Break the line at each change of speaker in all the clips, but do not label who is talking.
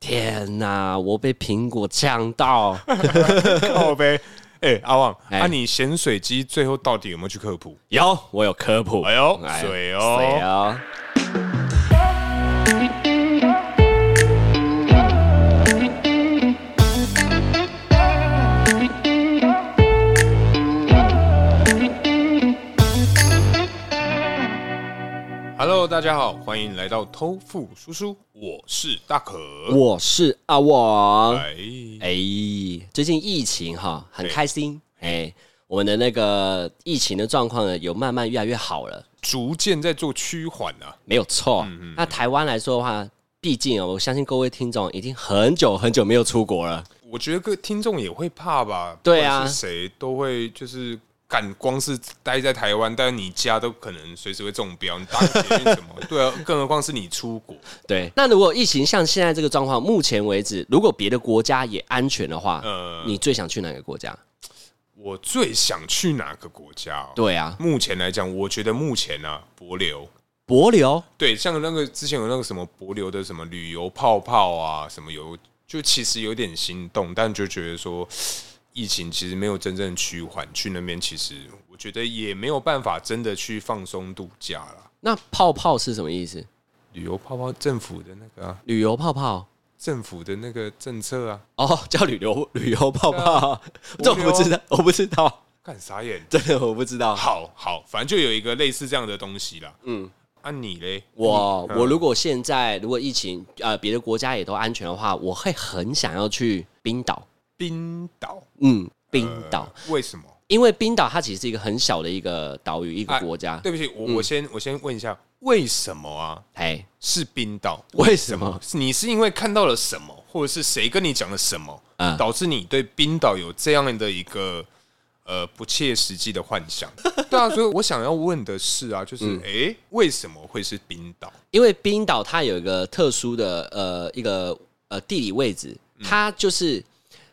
天哪，我被苹果呛 到！
靠呗。哎，阿旺，
哎
啊，你咸水鸡最后到底有没有去科普？
有，我有科普。
哎呦水哦
水哦。
Hello，大家好，欢迎来到偷富叔叔，我是大可。
我是阿王。
哎，
哎、最近疫情哈，很
对
开心。哎、我们的那个疫情的状况呢，有慢慢越来越好了，
逐渐在做趋缓啊。
没有错。那台湾来说的话，毕竟哦，我相信各位听众已经很久很久没有出国了。
我觉得各听众也会怕吧？
对啊
不管是谁都会就是。敢光是待在台湾，但是你家都可能随时会中标，你搭个捷运什么？ 对啊，更何况是你出国。
对，那如果疫情像现在这个状况，目前为止，如果别的国家也安全的话，
呃，
你最想去哪个国家？
我最想去哪个国家、哦？
对啊，
目前来讲，我觉得目前啊，博流
帛流。
对，像那个之前有那个什么博流的什么旅游泡泡啊，什么有，就其实有点心动，但就觉得说疫情其实没有真正趋缓，去那边其实我觉得也没有办法真的去放松度假啦。
那泡泡是什么意思？
旅游泡泡政府的那个啊、
旅游泡泡。
政府的那个政策啊，
哦，叫旅游旅游泡泡， 这我
帛流
不知道，我不知道，
干傻眼。
真的我不知道。
好好，反正就有一个类似这样的东西啦。嗯，啊你嘞？
我
你
我如果现在如果疫情呃别的国家也都安全的话，我会很想要去冰岛。
冰岛，
嗯，冰岛，
呃为什么？
因为冰岛它其实是一个很小的一个岛屿，一个
啊
国家。
对不起，我、我先我先问一下，为什么啊？
哎，
是冰岛？
为什么？
是你是因为看到了什么，或者是谁跟你讲了什么，
嗯
导致你对冰岛有这样的一个呃不切实际的幻想？ 对啊，所以我想要问的是啊，就是
嗯
诶，为什么会是冰岛？
因为冰岛它有一个特殊的呃一个呃地理位置，
嗯
它就是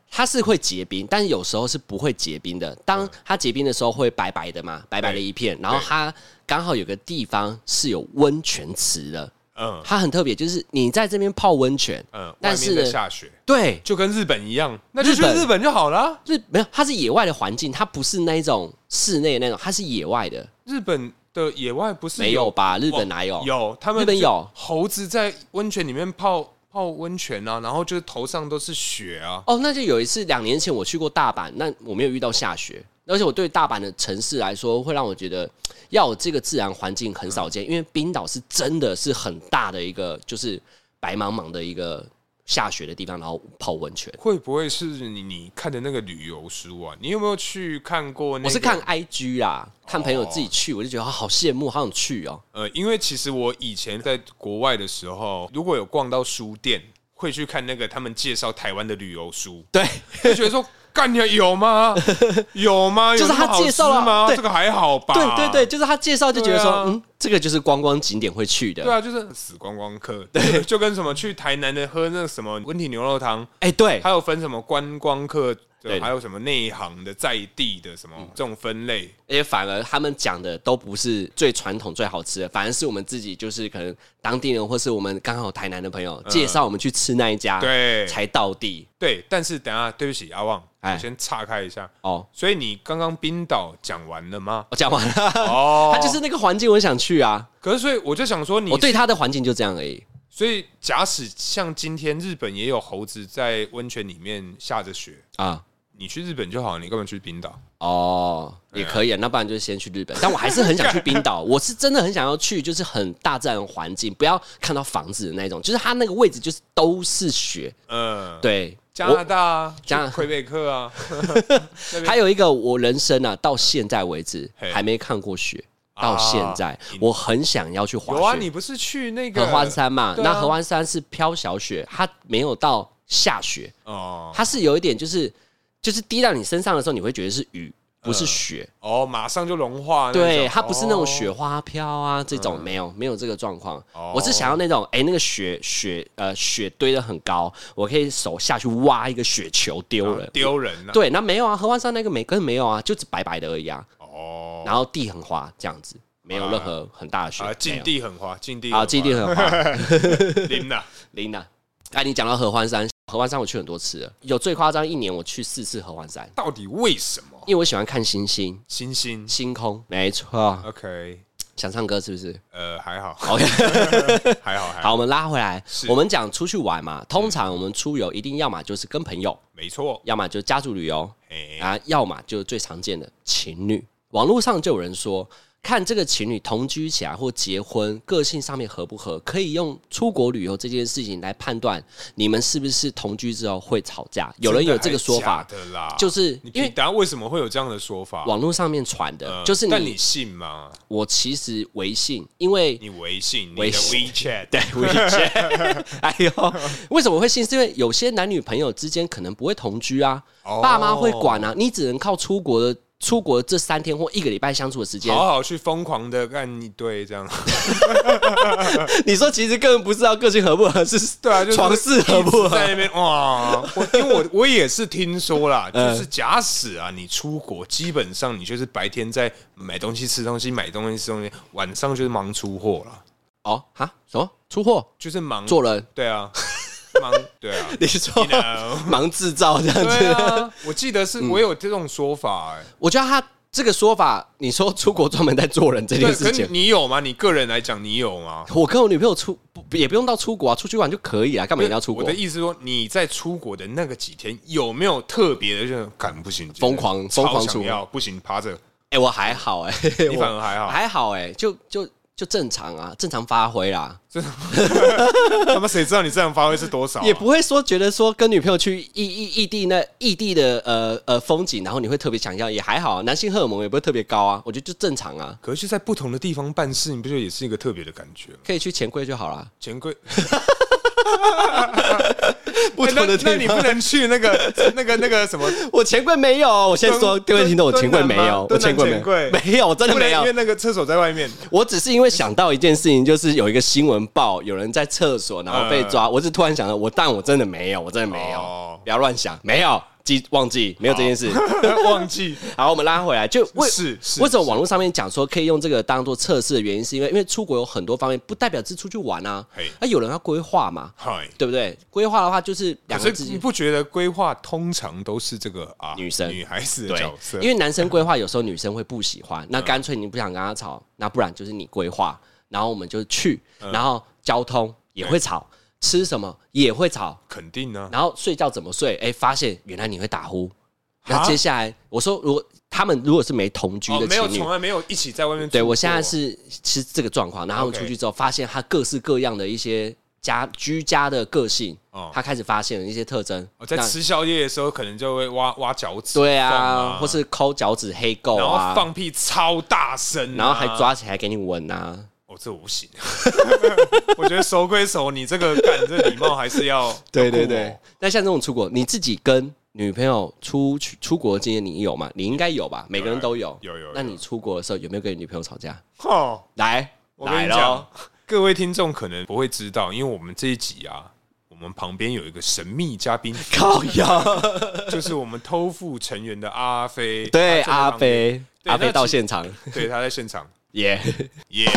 它是会结冰，但是有时候是不会结冰的。
嗯
当它结冰的时候会白白的嘛，白白的一片，然后它刚好有个地方是有温泉池的，
嗯
它很特别，就是你在这边泡温泉，
嗯，
但
外
是
面
呢
在下雪，
对，
就跟日本一样，那就去
日本
日本就好了。
日没有它是野外的环境，它不是那一种室内的那种，它是野外的，
日本的野外不是哦
没有吧？日
哇
本哪有？
有，他们
日本
就
有
猴子在温泉里面泡泡温泉啊，然后就是头上都是雪啊。
哦，那就有一次两年前我去过大阪，那我没有遇到下雪，而且我对大阪的城市来说，会让我觉得要有这个自然环境很少见，因为冰岛是真的是很大的一个，就是白茫茫的一个下雪的地方，然后泡温泉。
会不会是你你看的那个旅游书啊？你有没有去看过、那个？哦
我是看 IG 啦，看朋友自己去，我就觉得啊好羡慕，好想去哦。
呃，因为其实我以前在国外的时候，如果有逛到书店，会去看那个他们介绍台湾的旅游书，
对，
就觉得说。 干你啊有吗？有吗？
就是
有那么
他介绍
好吃
了
吗？
对
这个还好吧？
对对对，就是他介绍就觉得说，
对啊
嗯，这个就是观光景点会去的。
对啊，就是死观光客，对，就跟什么去台南的喝那什么温体牛肉汤，
哎、对
还，有分什么观光客
对嗯
的，还有什么内行的、在地的什么、这种分类。
而且反而他们讲的都不是最传统、最好吃的，反而是我们自己就是可能当地人，或是我们刚好台南的朋友介绍我们去吃那一家，
嗯对
才到地
对，但是等一下，对不起，阿旺，
哎
我先岔开一下。
哦。？
所以你刚刚冰岛讲完了吗
我讲完了，
哦
他就是，那个环境，我想去啊。
可是所以我就想说哦你，
我对他的环境就这样而已。
所以假使像今天日本也有猴子在温泉里面下着雪，
啊，
你去日本就好，你干嘛去冰岛？
哦，
嗯
也可以啊，那不然就先去日本。但我还是很想去冰 岛，我是真的很想要去，就是很大自然环境，不要看到房子的那种，就是它那个位置就是都是雪。
嗯、
对，
加
我
拿大啊，
加拿
去魁北克啊，
还有一个，我人生啊，到现在为止
嘿啊
还没看过雪。到现在，我很想要去滑
有
雪。
啊，你不是去那个
合欢山嘛？
对啊
那合欢山是飘小雪，它没有到下雪，
哦
它是有一点就是就是滴到你身上的时候，你会觉得是雨，不是雪。
哦，马上就融化那种，
对，它不是那种雪
哦
花飘啊，这种没有没有这个状况。
哦
我是想要那种，哎，那个雪雪呃雪堆得很高，我可以手下去挖一个雪球丢人。
啊丢人呐、
对，那没有啊，合欢山那个没根本没有啊，就只白白的而已啊。
哦，
然后地很滑，这样子没有任何很大的雪
啊，。
没
近
有
地很滑，近地
啊，基地
很
很滑，
滑淋呐、
零的。哎，你讲到合欢山，合欢山我去很多次了，有最夸张一年我去四次合欢山，
到底为什么？
因为我喜欢看星星、
星星
星空。没错，
，OK，
想唱歌是不 是？
呃，还好，
OK
还好，还
好，
好，
我们拉回来，我们讲出去玩嘛，通常我们出游一定要么就是跟朋友，
没错，
要么就是家族旅游，
哎、
啊，要么就是最常见的情侣。网络上就有人说，看这个情侣同居起来或结婚，个性上面合不合，可以用出国旅游这件事情来判断你们是不是同居之后会吵架。有人有这个说法，
真的还假的啦，
就是
你
因
因
为
为答为什么会有这样的说法？
网络上面传的，
呃
就是
但
你
你信吗？
我其实微信，因 为
你微信，你的
微信
WeChat，
对，我以前，哎呦，为什么会信？是因为有些男女朋友之间可能不会同居啊，
哦
爸妈会管啊，你只能靠出国的出国这三天或一个礼拜相处的时间。
好好去疯狂的干一堆这样，
你说其实根本不知道个性合不合，是
对啊，就是
床事合不
一直
合
在？那边哇，我因 为我我也是听说啦，
嗯
就是假使啊，你出国，基本上你就是白天在买东西、吃东西、买东西、吃东西，晚上就是忙出货啦，
哦，哈，什么出货
就是忙
做人？
对啊，忙 对啊，
你说
know
忙制造这样
对
子？
啊，我记得
嗯
是我有这种说 法哎、
我觉得他这个说法，你说出国专门在做人这
对，
件
可
事
是
情，
你有吗？你个人来讲，你有吗？
我跟我女朋友出不也不用到出国啊，出去玩就可以啊，干嘛一定要出国
我的？意思说，你在出国的那个几天，有没有特别的就是感不行，今天
疯狂
超
疯狂
想
出
要不行，趴着，
哎、我还好哎、
你
我
反而还好，
还好哎、就就就正常啊，正常发挥啦，
他妈谁知道你这样发挥是多少啊、
也不会说觉得说跟女朋友去异异异地那异地的呃呃风景，然后你会特别想要，也还好、啊，男性荷尔蒙也不会特别高啊，我觉得就正常啊，
可是就在不同的地方办事，你不觉得也是一个特别的感觉吗？
可以去钱柜就好啦。
钱柜，
不同的
哎那那
地
你
方，
不能去那个那个那个什 么，
我钱柜没有，啊我先说，
敦
各位听众，我钱柜
敦
没
南吗
有，我
敦南
钱柜没
钱柜
有，没有，我真的
不能
没有
因为，那个厕所在外面。
我只是因为想到一件事情，就是有一个新闻报有人在厕所然后被抓，我只突然想到，我但我真的没有，我真的没有，
嗯哦
不要乱想，没有，记忘记没有这件事。
忘记
好，我们拉回来，就为
是是
为什么网络上面讲说可以用这个当做测试的原因，是因为因为出国有很多方面，不代表是出去玩啊
嘿，
那有人要规划嘛，
嗨，
对不对？规划的话就是
可
两个
是
字
你。不觉得规划通常都是这个啊
女生
女孩子的
对
角，色？嗯
因为男生规划有时候女生会不喜欢，那干脆你不想跟他吵，那不然就是你规划，然后我们就去，
嗯
然后交通也会吵，吃什么也会吵，
肯定呢、啊，
然后睡觉怎么睡？哎，发现原来你会打呼。那
啊
接下来我说，如果他们如果是没同居
哦
的，
没有
情侣
从，来没有一起在外面住过。
对我现在是是这个状况，然后
OK
出去之后发现他各式各样的一些家居家的个性，
哦
他开始发现了一些特征。
我在
那
吃宵夜的时候，可能就会挖挖脚趾缝，
对啊，或是抠脚趾黑垢
然后
啊，
放屁超大声啊、
然后还抓起来给你闻啊。
哦，这我不行， 我觉得熟归熟，你这个干这礼貌还 是要要顾哦。
那像这种出国，你自己跟女朋友出去出国的经验，你有吗？你应该有吧？每个人都有。
有有有
那你出国的时候有没有跟你女朋友吵架？
哦，
来，
我跟
来
你
喽
讲！，各位听众可能不会知道，因为我们这一集啊，我们旁边有一个神秘嘉 宾，
靠 腰，
就是我们偷富成员的阿飞。
对
他坐在
阿
旁边，
飞，
对
阿
那
飞
其
到现 场，
对，他在现场。
耶
耶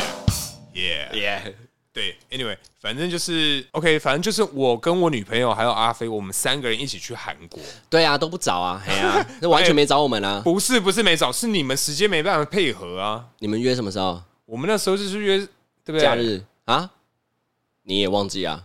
耶，
耶，
对，anyway，反正就是 OK，反正就是我跟我女朋友还有阿飞，我们三个人一起去韩国。
对啊，都不找 啊，嘿啊，那完全没找我们啊。
不是不是没找，是你们时间没办法配合啊。
你们约什么时候？
我们那时候就是约，对不对？
假日啊？你也忘记啊？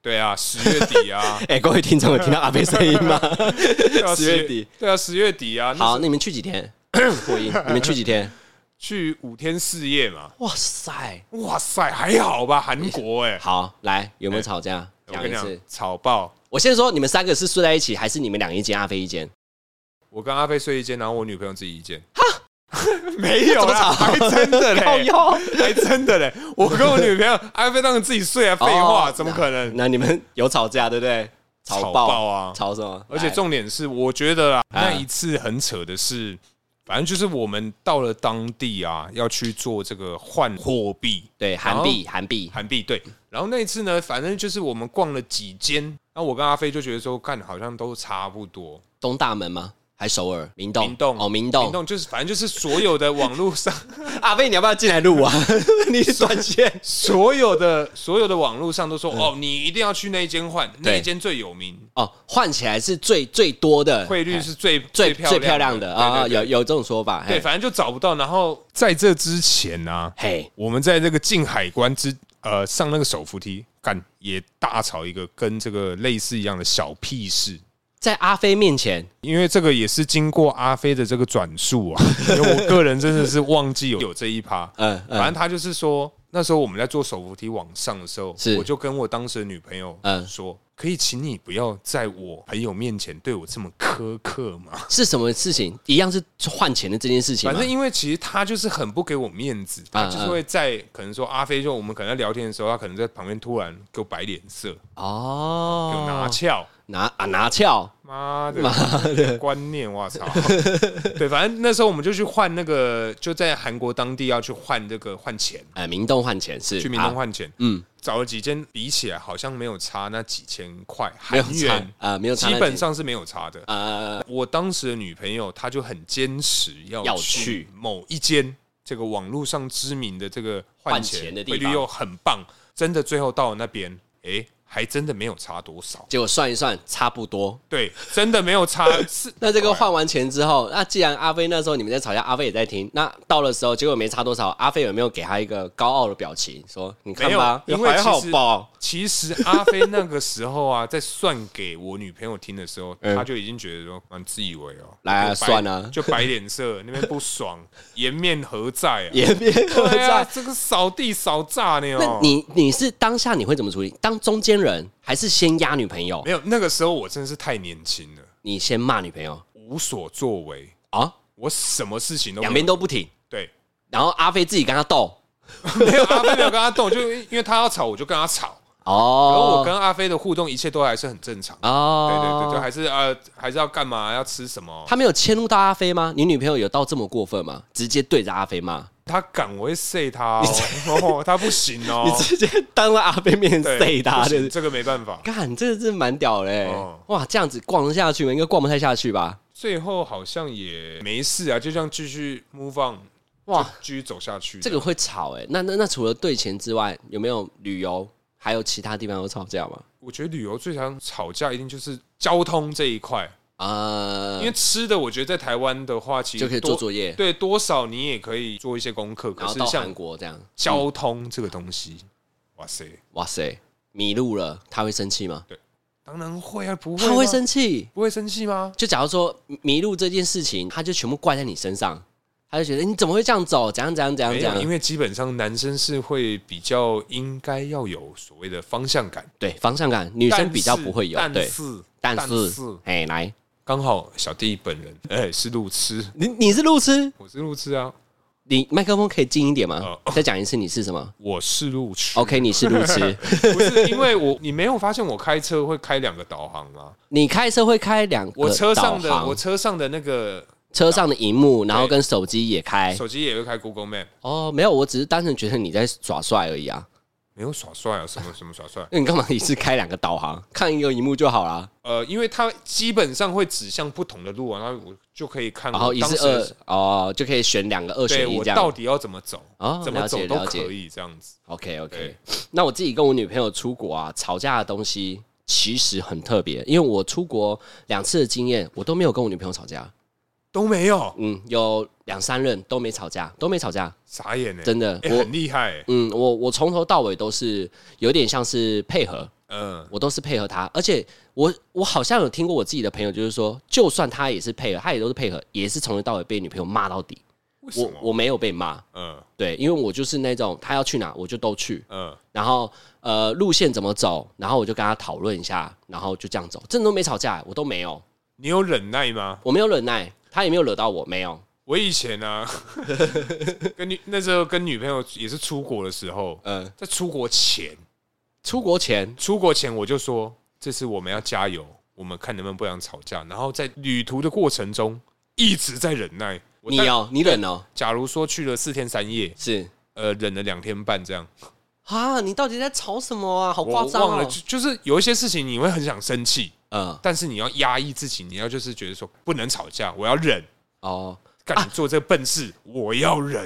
对啊，十月 底啊，
哎，各位听众有听到阿飞声音 吗？
对啊
10月底，
对啊，十月底啊，那
好，那你们去几天？ 破音，你们去几天？
去五天四夜嘛。
哇塞！
哇塞，还好吧？韩国哎、
好，来有没有吵架？
我
讲
跟
一
你
次
讲。，吵爆！
我先说，你们三个是睡在一起，还是你们两个一间，阿飞一间？
我跟阿飞睡一间，然后我女朋友自己一间。哈， 没 有
怎么
啦，
吵
还真的
靠
嘞，
腰。
还真的嘞。我跟我女 朋友阿飞当然自己睡啊，废话，
哦
怎么可能？
那你们有吵架对不对？
吵
爆
爆啊
吵什么？哎
而且
来
重点是，我觉得啦，
啊
那一次很扯的是，反正就是我们到了当地啊，要去做这个换货币，
对
然
韩
后
币，韩币
韩币对。然后那一次呢，反正就是我们逛了几间，那我跟阿飞就觉得说，干好像都差不多。
东大门吗？还首尔、明洞、
明洞
哦，明
明
洞。
洞就是反正就是所有的网络 上
阿贝，你要不要进来录 啊？你是短线，
所有的所有的网络上都说哦，你一定要去那一间换，那
嗯对
一间最有名，
哦，换起来是最最多的，
汇率
哎
是最
最
漂
最漂亮的啊、
对对对
有有这种说法，哎
对，
嘿，
反正就找不到。然后在这之前呢、
嘿，
我们在这个进海关之呃上那个手扶梯，干也大吵一个跟这个类似一样的小屁事。
在阿飞面前，
因为这个也是经过阿飞的这个转述 啊，因为我个人真的是忘记有有这一趴。
嗯嗯
反正他就是说，那时候我们在坐手扶梯往上的时候
是，
我就跟我当时的女朋友
嗯
说，可以请你不要在我朋友面前对我这么苛刻吗？
是什么事情？一样是换钱的这件事情
反
吗啊
正？因为其实他就是很不给我面子，他就是会在可能说阿飞就我们可能在聊天的时候，他可能在旁边突然给我摆脸色，给
哦，
我拿翘，
拿啊拿翘，
妈 的
妈的，
观念，我操！ 对，反正那时候我们就去换那个，就在韩国当地要去换这个换钱，
呃，明洞换钱是
去民东
啊
换钱，
嗯，
找了几间比起来好像没有差那几千块
没
韩
有差
元，
啊、没有差那
基
几，
本上是没有差的。
呃，
我当时的女朋友她就很坚持要
要
去
去
某一间这个网络上知名的这个换
换
钱
钱的地
汇率
方
又很棒，真的最后到了那边，诶，还真的没有差多少。
结果算一算差不多。
对，真的没有差是。
那这个换完钱之后，那既然阿飞那时候你们在吵架，阿飞也在听，那到的时候结果没差多少，阿飞有没有给他一个高傲的表情，说你看吧，
没有因为
还好
其实
吧，
其实阿飞那个时候啊，在算给我女朋友听的时候，
嗯
他就已经觉得说蛮自以为哦，
来啊
就摆
算啊
就摆脸色，那边不爽，颜面何 在啊？
也别合
对啊，
在。
这个扫地扫炸呢
那
哦。
你你是当下你会怎么处理？当中间人还是先压女朋友
没？有那个时候我真的是太年轻了，
你先骂女朋友
无所作为，
啊，
我什么事情都没有
两边都不挺，
对，
然后阿飞自己跟他斗
没有阿飞没有跟他动，就因为他要吵我就跟他吵，然后
哦，
我跟阿飞的互动一切都还是很正常。对
哦，
对对，就还是呃还是要干嘛要吃什么，
他没有迁怒到阿飞吗？你女朋友有到这么过分吗？直接对着阿飞骂，
他敢我会 say 他哦，哦他不行哦
你，直接当着阿飞面
对
塞他，
不
就
行
是
这个没办法。
干，这是蛮屌嘞、
哦
哇，这样子逛得下去吗？应该逛不太下去吧？
最后好像也没事啊，就这样继续 move on，
哇
就继续走下去。
这
个
个会吵哎、那那那除了对钱之外，有没有旅游还有其他地方有吵架吗？
我觉得旅游最常吵架一定就是交通这一块，
啊、
因为吃的我觉得在台湾的话，其实
就可以
多
做作业，
对，多少你也可以做一些功课。可
然后
是
到
像
韩国这样，
交通这个东西，哇塞，
哇塞，迷路了，他会生气吗？
当然会啊，不会吗
他会生气。
不会生气吗？
就假如说迷路这件事情，他就全部怪在你身上，他就觉得你怎么会这样走？怎样怎样怎样
没
怎
有，因
样？
为基本上男生是会比较应该要有所谓的方向感，
对，方向感，女
但
生
是
比较不会有。
但
对，
是
但
但
是
是，
哎，来，
刚好小弟本人 哎、是路痴，
你你是路痴，
我是路痴啊，
你麦克风可以近一点吗？
哦
再讲一次你是什么
我是路痴。
？OK，你是路痴。
不是因为我，你没有发现我开车会开两个导航吗？
你开车会开两个
我车上
导
的
航
我车上的那个
车上的荧幕，然后跟手机也开。
手机也会开 Google Map，
哦，没有，我只是单纯觉得你在耍帅而已啊。
没有耍帅啊，什么什么耍帅？
那你干嘛一次开两个导航，看一个荧幕就好啦。
呃，因为它基本上会指向不同的路啊，然后我就可以看
然后
我
一
当
是
时
二
的
哦，就可以选两个二
对
选一
我
这
到
样。
底要怎么走
哦，
怎么
了
走
解
都
了
可
解
以这样子。
OK
对
OK，那我自己跟我女朋友出国啊，吵架的东西其实很特别，因为我出国两次的经验，我都没有跟我女朋友吵架。
都没有，
嗯，有两三任都没吵架，都没吵架，
傻眼呢、欸，
真的。
欸
我
很厉害、欸，
嗯，我我从头到尾都是有点像是配合，
嗯，
我都是配合他，而且我我好像有听过我自己的朋友，就是说，就算他也是配合，他也都是配合，也是从头到尾被女朋友骂到底。
为什
我
么？
我没有被骂，
嗯
对，因为我就是那种他要去哪我就都去，
嗯，
然后呃路线怎么走，然后我就跟他讨论一下，然后就这样走，真的都没吵架，我都没有，
你有忍耐吗？
我没有忍耐，他也没有惹到我，没有，
我以 前啊，跟女那时候跟女朋友也是出国的时候，
呃，
在出国前，
出国前
出国前我就说，这次我们要加油，我们看能不能不想吵架。然后在旅途的过程中，一直在忍耐。我
你
大
哦，你忍哦，
假如说去了四天三夜，
是
呃，忍了两天半这样，
啊，你到底在吵什么啊？好
我
夸
我
张
忘
哦
了，就，就是有一些事情你会很想生气，
嗯，
但是你要压抑自己，你要就是觉得说不能吵架，我要忍，
哦，
干你做这个笨事，我要忍。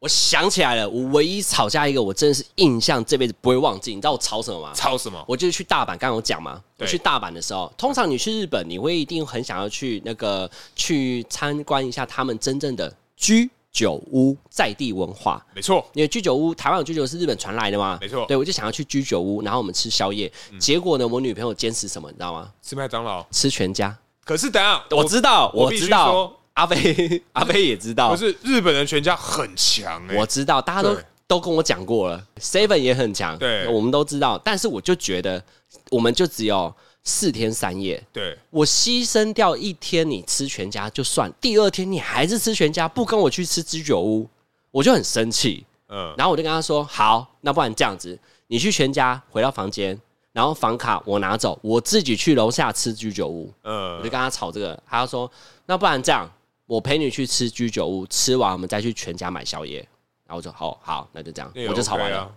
我想起来了，我唯一吵架一个，我真的是印象这辈子不会忘记。你知道我吵什么吗？
吵什么？
我就是去大阪，刚刚有讲嘛。我
对
去大阪的时候，通常你去日本，你会一定很想要去那个去参观一下他们真正的居酒屋在地文化。
没错，
因为居酒屋，台湾有居酒屋是日本传来的嘛，
没错嗯
对，我就想要去居酒屋，然后我们吃宵夜。结果呢，我女朋友坚持什么，你知道吗？
吃麦当劳。
吃全家。
可是等一下，
我知道，
我
我
必须
知道
说，
阿飞 阿飞也知道
可，是日本人全家很强哎、
我知道，大家都
对
都跟我讲过了，Seven 也很强，
对
我们都知道。但是我就觉得，我们就只有四天三夜，
对，
我牺牲掉一天，你吃全家就算，第二天你还是吃全家，不跟我去吃居酒屋，我就很生气。
嗯，
然后我就跟他说：“好，那不然这样子，你去全家回到房间，然后房卡我拿走，我自己去楼下吃居酒屋。”我就
呃
跟，他吵这个，他就说：“那不然这样，我陪你去吃居酒屋，吃完我们再去全家买宵夜。”然后我说：“好好，那就这样。
那也
我就吵完
OK
了。
啊。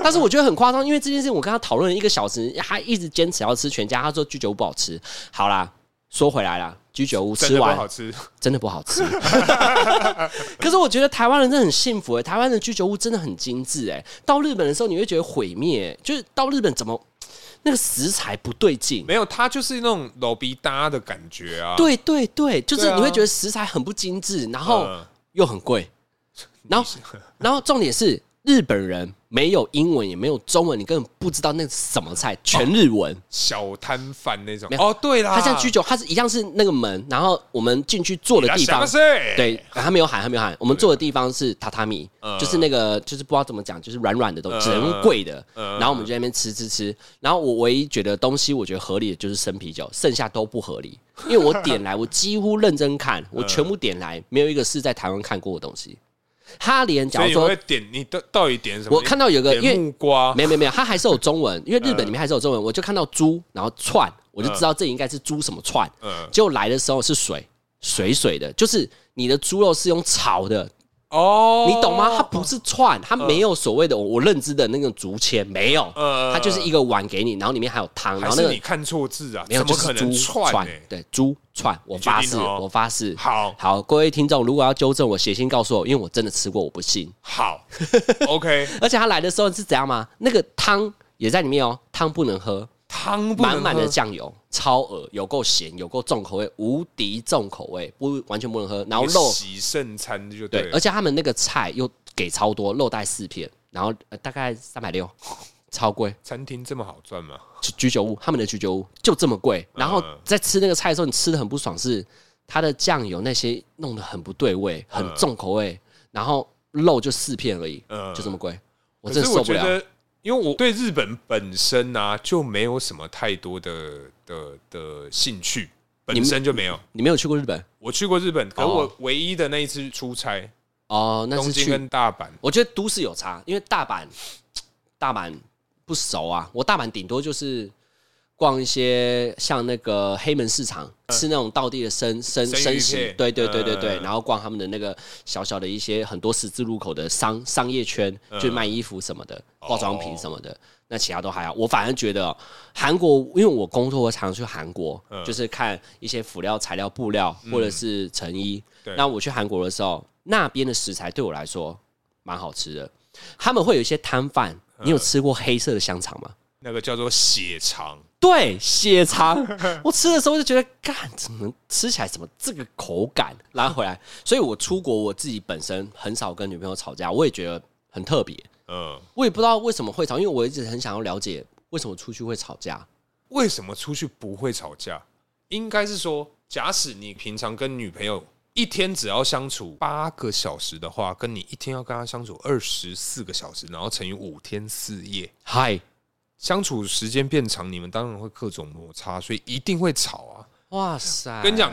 但是我觉得很夸张，因为这件事我跟他讨论了一个小时，他一直坚持要吃全家，他说居酒屋不好吃。好啦，说回来啦，居酒屋
真
吃
的不
完
好吃，
真的不好吃。 可是我觉得台湾人真的很幸福哎、台湾的居酒屋真的很精致哎、到日本的时候，你会觉得毁灭、欸，就是到日本怎么那个食材不对劲？
没有，它就是那种老逼搭的感觉啊。，
对对对，就是
对啊
你会觉得食材很不精致，然后
嗯
又很贵，然 后然后重点是日本人没有英文也没有中文，你根本不知道那是什么菜，全日文。
小摊贩那种
没。有
哦，对啦，
他像居酒，他是一样是那个门，然后我们进去坐的地方，
对，
对，他没有喊，他没有喊。我们坐的地方是榻榻米，
嗯
就是那个就是不知道怎么讲，就是软软的东西，只能用贵的。
嗯
然后我们就在那边吃吃吃。然后我唯一觉得东西我觉得合理的就是生啤酒，剩下都不合理。因为我点来，我几乎认真看，
嗯
我全部点来，没有一个是在台湾看过的东西。他连假
所
如
以你
说
会点，你到到底点什么？
我看到有个
点
因为
木啊嗯瓜，
没有没有没有，它还是有中文，因为日本里面还是有中文。我就看到猪，然后串，我就知道这应该是猪什么串。
嗯，
结果来的时候是水水水的，就是你的猪肉是用炒的，
哦，嗯
你懂吗？它不是串，它没有所谓的我我认知的那种竹签，没有，
呃
它就是一个碗给你，然后里面还有汤，然
还
后那
是
个
你看错字啊？
没有，
怎
就
么
是
可
猪
能串欸？
对，猪串，我
确
发
定
誓，
哦
我发誓。
好
好，各位听众，如果要纠正我，写信告诉我，因为我真的吃过，我不信。
好，OK，
而且它来的时候是怎样吗？那个汤也在里面哦，汤不能喝，
汤不能
满满的
喝
酱油，超恶，有够咸，有够重口味，无敌重口味，不完全不能喝。然后肉
洗剩餐就
对，
对
而
了，
且他们那个菜又给超多，肉带四片，然后、呃、大概三百六，超贵。
餐厅这么好赚吗？
居居酒屋他们的居酒屋就这么贵，然后
嗯
在吃那个菜的时候，你吃的很不爽是，它的酱油那些弄得很不对味，很重口味，然后肉就四片而已，
嗯
就这么贵，我
可
真
是
的受
我
不
觉
了。
得，因为我对日本本身啊就没有什么太多的的的兴趣，
你
本
们
身就没有。
你没有去过日本
我去过日本，可我唯一的那一次出差，
哦？那
东
是
京
去，
跟大阪，
我觉得都市有差，因为大阪， 大阪不熟啊，我大阪顶多就是。逛一些像那个黑门市场，吃那种道地的生生
嗯生鱼
生食
片，
对对对对对，
嗯
然后逛他们的那个小小的一些很多十字路口的商商业圈，就卖衣服什么的、化妆品什么的。那其他都还好，我反而觉得哦韩国，因为我工作我常去韩国，就是看一些辅料、材料、布料或者是成衣。
对
那我去韩国的时候，那边的食材对我来说蛮好吃的。他们会有一些摊贩，你有吃过黑色的香肠吗？
那个叫做血肠，
对，血 肠，我吃的时候就觉得，干，怎么吃起来怎么这个口感？拉回来，所以我出国，我自己本身很少跟女朋友吵架，我也觉得很特别，
嗯，
我也不知道为什么会吵，因为我一直很想要了解为什么出去会吵架。
为什么出去不会吵架？应该是说，假使你平常跟女朋友一天只要相处八个小时的话，跟你一天要跟她相处二十四个小时，然后乘以五天四夜，
嗨，
相处时间变长，你们当然会各种摩擦，所以一定会吵啊。
哇塞，
跟你讲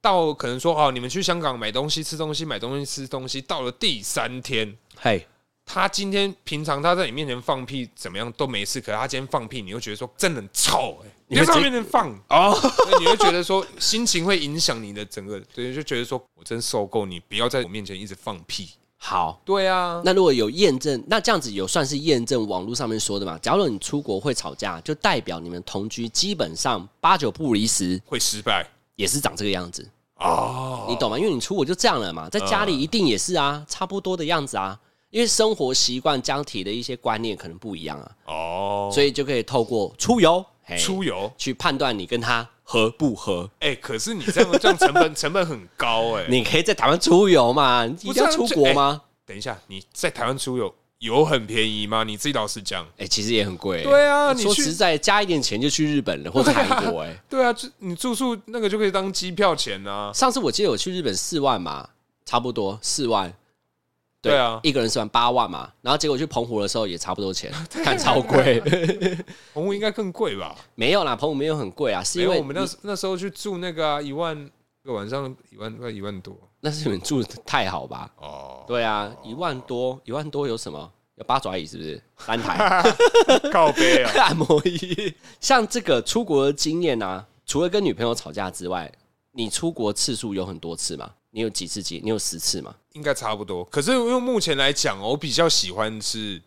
到可能说哦，你们去香港买东西、吃东西、买东西、吃东西，到了第三天，
嘿，
他今天平常他在你面前放屁怎么样都没事，可是他今天放屁，你又觉得说真的很臭哎、欸，你
会
在他
直
面前放哦，所以你会觉得说心情会影响你的整个，对，就觉得说我真受够你，不要在我面前一直放屁，
好，
对啊，
那如果有验证，那这样子有算是验证网络上面说的嘛？假如你出国会吵架，就代表你们同居基本上八九不离十，
会失败
也是长这个样子，
哦，嗯
你懂吗？因为你出国就这样了嘛，在家里一定也是啊，差不多的样子啊。因为生活习惯、家庭的一些观念可能不一样啊，
哦，
所以就可以透过出游、嘿
出游。
去判断你跟他合不合。
哎、可是你这样这样成 本成本很高哎、
你可以在台湾出游嘛？你一定要出国吗？
等一下，啊你在台湾出游有很便宜吗？你自己老实讲。
哎、其实也很贵、
对啊你
说
去
实在，加一点钱就去日本了，或者韩 国、哎，
对啊，就你住宿那个就可以当机票钱啊。
上次我记得我去日本四万嘛，差不多四万。
对啊
一个人四万八万嘛，然后结果去澎湖的时候也差不多 钱，
啊
看超贵。
澎湖应该更贵吧？
没有啦，澎湖没有很贵啊，是
因
因
为
为
我们那时那时候去住那个啊一、万一个晚上一万快一万多
那是你们住的太好吧？
哦，
对啊，一万多，一万多有什么？有八爪椅是不 是？三台
靠背啊，
按摩椅。像这个出国的经验啊，除了跟女朋友吵架之外，你出国次数有很多次吗？你有几次经？你有十次吗？
应该差不多。可是因为目前来讲哦，我比较喜欢是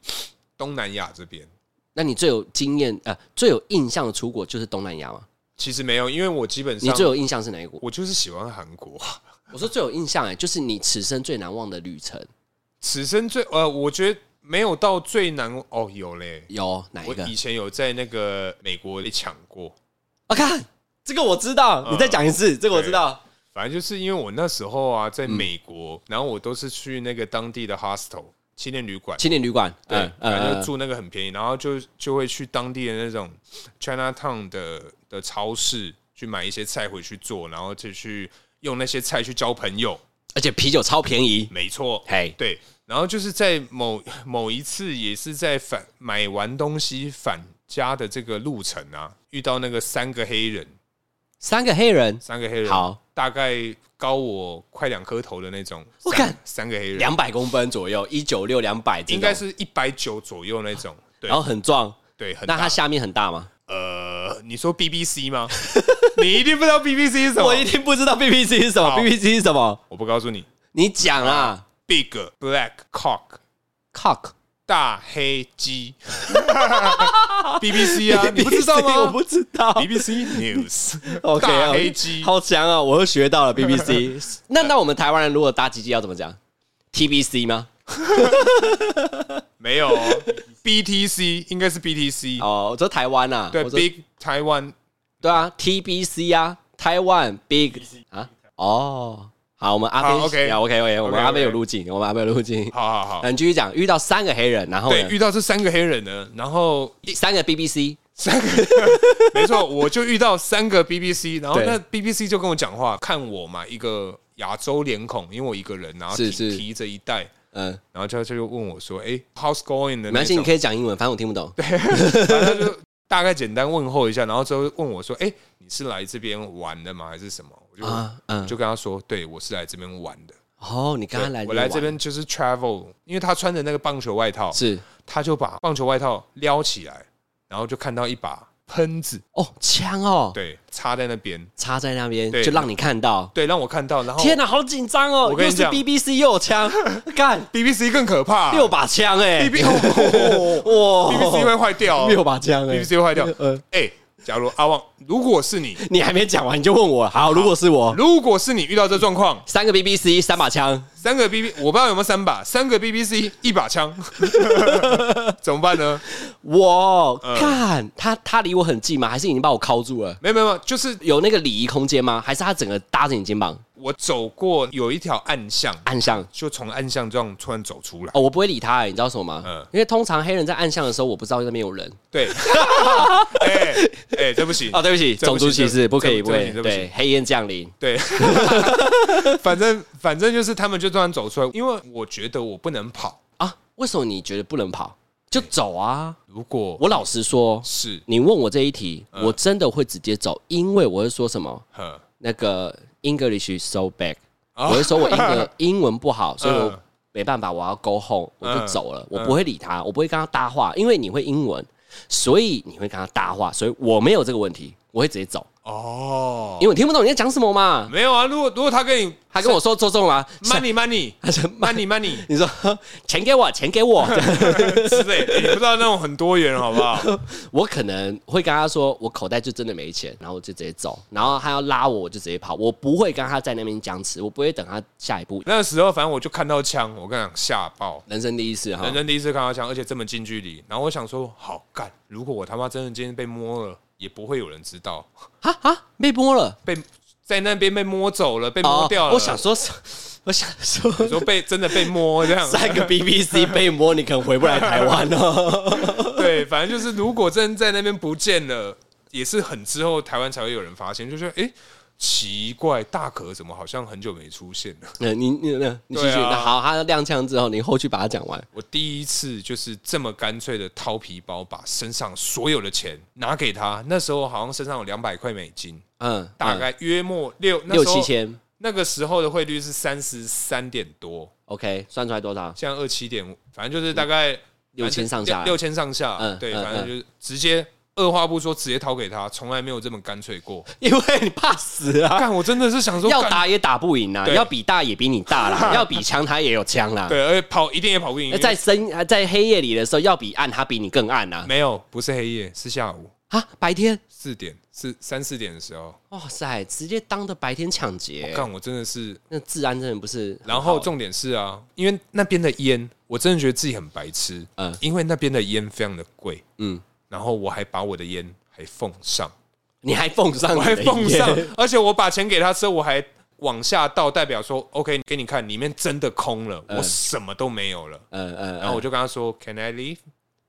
东南亚这边。
那你最有经验呃最有印象的出国就是东南亚吗？
其实没有，因为我基本
你
上
最有印象是哪一国？
我就是喜欢韩国。
我说最有印象哎、就是你此生最难忘的旅程
此生最呃，我觉得没有到最难哦，有嘞。
有哪一
我
个？
以前有在那个美国被抢过，
我哦看这个我知道，
嗯
你再讲一次，这个我知道。
反正就是因为我那时候啊，在美国，然后我都是去那个当地的 hostel 青年旅馆，
青年旅馆，
对
嗯，
反正就
嗯，
住那个很便宜，然后就就会去当地的那种 China Town 的的超市去买一些菜回去做，然后就去用那些菜去交朋友，
而且啤酒超便宜，
没错，
嘿，
对，然后就是在某某一次，也是在返买完东西返家的这个路程啊，遇到那个三个黑人，
三个黑人，
三个黑人，
好，
大概高我快两颗头的那种，
我
三
看
三个黑人，
两百公分左右，一九六两百，
应该，是一百九左右那种，对
然后很壮。
对，很
那它
大。
下面很大吗？
呃，你说 BBC 吗？你一定不知道 BBC 是什
我一
么，
定不知道 BBC 是什么
啊好
，BBC 是什么？
我不告诉你
你讲啊
，Big Black Cock。
，cock，
大黑 鸡，BBC 啊，你不知道
BBC
吗？
我不知道。
BBC News，
OK，
大黑鸡
好强啊！我又学到了 BBC。那那我们台湾人如果搭鸡鸡要怎么讲？TBC 吗？
没有哦 BTC，应该是 BTC，
哦，我说台湾啊，
对
我说
，Big Taiwan
对啊，TBC 啊，台湾 Big 啊，哦，好，我们阿飞
好，OK
啊 OK OK，我们
OK，OK
阿飞有路径，我们阿飞有路径。
好好好，
那嗯你继续讲，遇到三个黑人，然后
对，
呢
遇到这三个黑人呢，然后
三个 BBC，
三个，没错，我就遇到三个 BBC，然后
对
那 BBC 就跟我讲话，看我嘛，一个亚洲脸孔，因为我一个人，然后
是
提
是
提着一袋，
嗯，
然后他就问我说，哎，How's going
没
的那
关系，你
种，
可以讲英文，反正我听不懂。
然后他就大概简单问候一下，然后之后问我说，哎，你是来这边玩的吗？还是什么？我就
啊嗯
就跟他说，对我是来这边玩的。
哦，你刚刚
对
来，
我来这边就是 travel，因为他穿着那个棒球外套，
是
他就把棒球外套撩起来，然后就看到一把喷子，
哦，枪哦，
对，插在那边，
插在那边
对
就让你看到。
对，让我看到，然后
天哪，好紧张哦！
我跟
又
你
是
讲
BBC 又有枪， 干
BBC 更可怕、
六把枪哎，
B B 哦
哇
BBC 会坏掉、
六把枪哎
b b c 会坏掉，
呃
哎、假如阿旺，如果是你，
你还没讲完你就问我，好，如果是我，
如果是你遇到这状况，
三个 BBC 三把枪，
三个 B B，我不知道有没有三把，三个 B B C，一把枪， 怎么办呢？
我
嗯
看他他离我很近吗？还是已经把我铐住了？
没有没有没有，就是
有那个礼仪空间吗？还是他整个搭着你肩膀
我走过有一条暗巷，
按上？
就从暗巷这样突然走出来。
哦，我不会理他、欸，你知道什么吗？
嗯
因为通常黑人在暗巷的时候，我不知道那边有人。
对， 哎哎，对不起
哦，对不起，
对
种
不起
族歧视
对
不
不
可以，
对
不
不
可
起
以。
对不起
对，黑烟降临。
对， 反正反正就是他们就突然走出来，因为我觉得我不能跑。
啊，为什么你觉得不能跑？就走啊！
如果
我老实说，
是
你问我这一题，
嗯
我真的会直接走，因为我会说什么？
呵
那个 English is so bad，、
哦
我会说我英文 英文不好，所以我
嗯
没办法，我要 go home，我就
嗯
走了，我不会理他，我不会跟他搭话，因为你会英文，所以你会跟他搭话，所以我没有这个问题，我会直接走。
哦，
因为我听不懂你在讲什么嘛。
没有啊，如果如果他跟你
他跟我说周中啊，
money money
他说
money money
你说钱给我，钱给我， 这样
之类的，你欸不知道那种很多元好不好？
我可能会跟他说，我口袋就真的没钱，然后我就直接走，然后他要拉我，我就直接跑，我不会跟他在那边僵持，我不会等他下一步。
那时候反正我就看到枪，我跟你讲吓爆，
人生第一次哈
人，生第一次看到枪，而且这么近距离。然后我想说，好干，如果我他妈真的今天被摸了，也不会有人知道，
啊啊，被摸了，
被在那边被摸走了，被摸掉了。
哦我想说，我想说，
你说被真的被摸这样，
三 个 BBC 被摸，你可能回不来台湾哦。
对，反正就是如果真在那边不见了，也是很之后台湾才会有人发现，就觉得哎、诶奇怪，大可怎么好像很久没出现了？
那嗯你你那，你继续。
对啊
那好，他亮枪之后，你后续把它讲完。
我第一次就是这么干脆的掏皮包，把身上所有的钱拿给他。那时候好像身上有两百块美金，
嗯，
大
嗯
概约莫六那
六
时候
七。千
那个时候的汇率是三十三点多，
，OK，算出来多少？
现在二七点五，反正就是大概
六千上下
六千上下。
嗯
对，
嗯
反正
嗯
就是直接二话不说直接掏给他，从来没有这么干脆 过。
因为你怕死啊，
干，我真的是想说
要
干
打也打不赢啊，
对
要比大也比你大 啦，要比枪他也有枪啦。
对，而且跑一定也跑不赢
那。呃在深在黑夜里的时候，要比暗他比你更暗呐
没有，不是黑夜，是下午
啊！白天，
四点，是三四点的时候。
哇塞，直接当着白天抢劫，
干，我真的是。
那治安真的不是很好。
然后重点是啊，因为那边的烟，我真的觉得自己很白痴。
嗯
因为那边的烟非常的贵，
嗯，
然后我还把我的烟还奉 上，
你还奉上，
我还奉上， 而且我把钱给他之后，我还往下倒，代表说 OK，给你看，里面真的空了，我什么都没有了。
嗯嗯，
然后我就跟他说，Can I leave？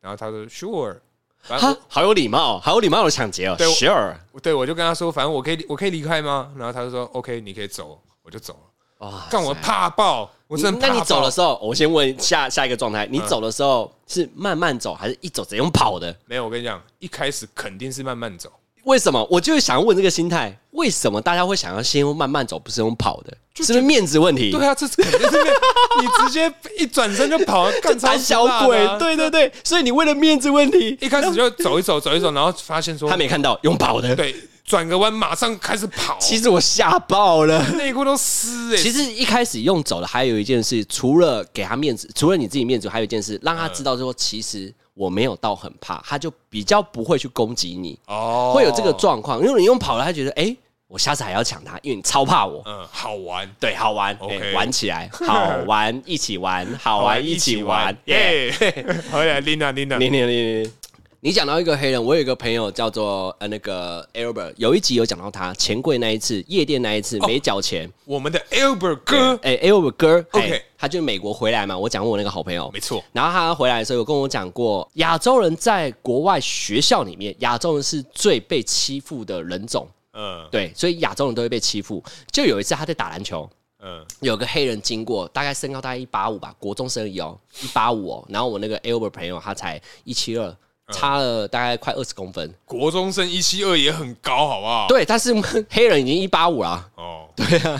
然后他说 Sure。反正我
哈，好有礼貌，好有礼貌的抢劫哦
对我
，Sure，
对，我就跟他说，反正我可以，我可以离开吗？然后他就说，OK，你可以走，我就走了。
哇
干，我怕爆，我真的怕
那
爆嗯
你走的时候，我先问下下一个状态，你走的时候是慢慢走，还是一走直接用跑的？
没有？我跟你讲，一开始肯定是慢慢走，
为什么？我就想问这个心态，为什么大家会想要先用慢慢走，不是用跑的？是不是面子问题？
对啊，这肯定是面你直接一转身就跑， 干超
胆小鬼，，对对对，所以你为了面子问题，
啊一开始就走一走，走一走，然后发现说
他没看到用跑的，
对，转个弯马上开始跑，
其实我吓爆了。
内裤都湿哎、
其实一开始用走的还有一件事，除了给他面子，除了你自己面子，还有一件事，让他知道说，其实我没有到很怕，他就比较不会去攻击你，
哦
会有这个，状况。因为你用跑了，他觉得哎、诶我下次还要抢他，因为你超怕我。
嗯，好玩，
对，好玩
OK
诶玩起 来，好玩，一起玩，好玩，一起玩，耶！
耶！好呀，Lina Lina，
你你你你，你讲到一个黑人，我有一个朋友叫做呃那个 Albert，有一集有讲到他钱柜那一次，夜店那一次没缴钱，
我们的 Albert 哥，
哎、欸、，Albert 哦哥
OK
哎他就美国回来嘛，我讲过我那个好朋友，
没错，
然后他回来的时候有跟我讲过，亚洲人在国外学校里面，亚洲人是最被欺负的人种，
嗯
对，所以亚洲人都会被欺负。就有一次他在打篮球，
嗯，
有个黑人经过，大概身高大概一八五吧，国中生而已哦，一八五哦。然后我那个 Albert 朋友他才一七二，差了大概快二十公分。
国中生一七二也很高，好不好？
对，但是黑人已经一八五了。
哦，对啊，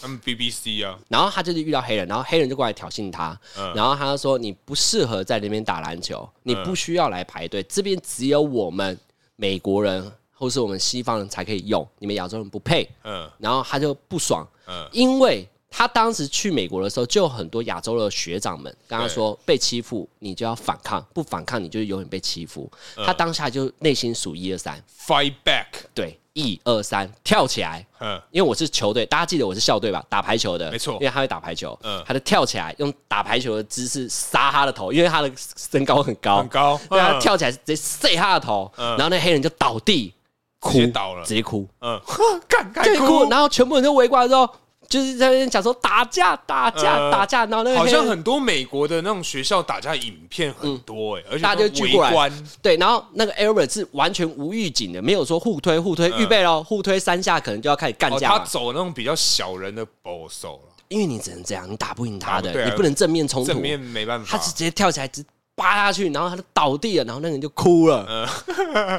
他们 BBC 啊，
然后他就是遇到黑人，然后黑人就过来挑衅他，然后他就说：“你不适合在那边打篮球，你不需要来排队，这边只有我们美国人或是我们西方人才可以用，你们亚洲人不配。
嗯”
然后他就不爽，
嗯
因为他当时去美国的时候，就有很多亚洲的学长们跟他说：“被欺负你就要反抗，不反抗你就是永远被欺负。”
嗯
他当下就内心数一二三，
，Fight Back，
对，一二三，跳起来，
嗯，
因为我是球队，大家记得我是校队吧？打排球的，
没错
因为他会打排球，
嗯
他就跳起来用打排球的姿势杀他的头，因为他的身高很高，
很高
对，他
嗯
跳起来直接塞他的头，
嗯
然后那黑人就倒地
直
哭，
接倒了
直接哭，
嗯， 干干
直接哭，
哭，
然后全部人都围过来之后，就是在那边讲说打架打架、
嗯
打架，然后那个
好
黑人
像很多美国的那种学校打架影片很多哎，而且
嗯大家就
都
聚
围
过来
观，，哦
对，然后那个 Albert 是完全无预警的，没有说互推互推，预备咯，互推三下可能就要开始干
呃哦，
架了。
他走那种比较小人的保守了，
因为你只能这样，你打不赢他
打不对
的，
啊
你不能正面冲突
正。面啊没办
他
法
是，直接跳起来，直扒下去，然后他就倒地了，然后那个人就哭了。
呃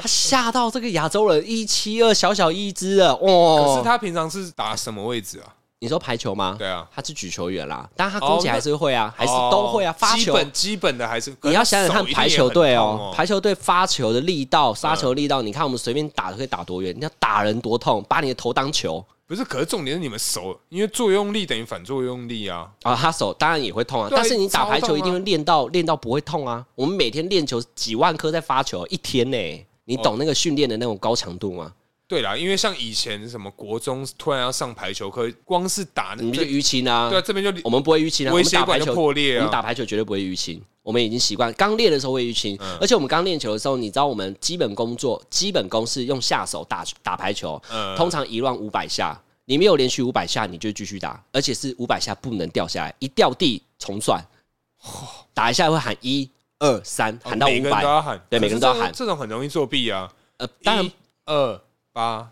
他吓到这个亚洲人一七二小小一只了，哇、哦
可是他平常是打什么位置啊？
你说排球吗？
对啊
他是举球员啦，但他
哦
攻击还
那
是会啊，还是都会啊，发
哦基
球。
本基本的还是
你要想想看，排球队哦，
哦，嗯
排球队发球的力道、杀球力道，你看我们随便打可以打多远，你要打人多痛，把你的头当球
不是，可是重点是你们手，因为作用力等于反作用力啊。
啊，他手当然也会痛啊，
对啊
但是你打排
超
球
痛啊
一定会练到练到不会痛啊。我们每天练球几万颗在发球，一天呢、你
哦
懂那个训练的那种高强度吗？
对啦，因为像以前什么国中突然要上排球课，光是打
你
那
们就
这
淤青啊
对啊，，这边就
我们不会淤青啊，我
微
们
血
打排
管就
球
破裂
我们
啊。
打排球绝对不会淤青，我们已经习惯。刚练的时候会淤青，
嗯
而且我们刚练球的时候，你知道我们基本工作、基本功是用下手打打排球，
嗯
通常一乱五百下，你没有连续五百下，你就继续打，而且是五百下不能掉下来，一掉地重算，打一下会喊一二三，喊到
哦每
五
个人都
百。
要喊，
对每个人都要
可是这
喊
种这种很容易作弊啊。
呃，当然
一，二 八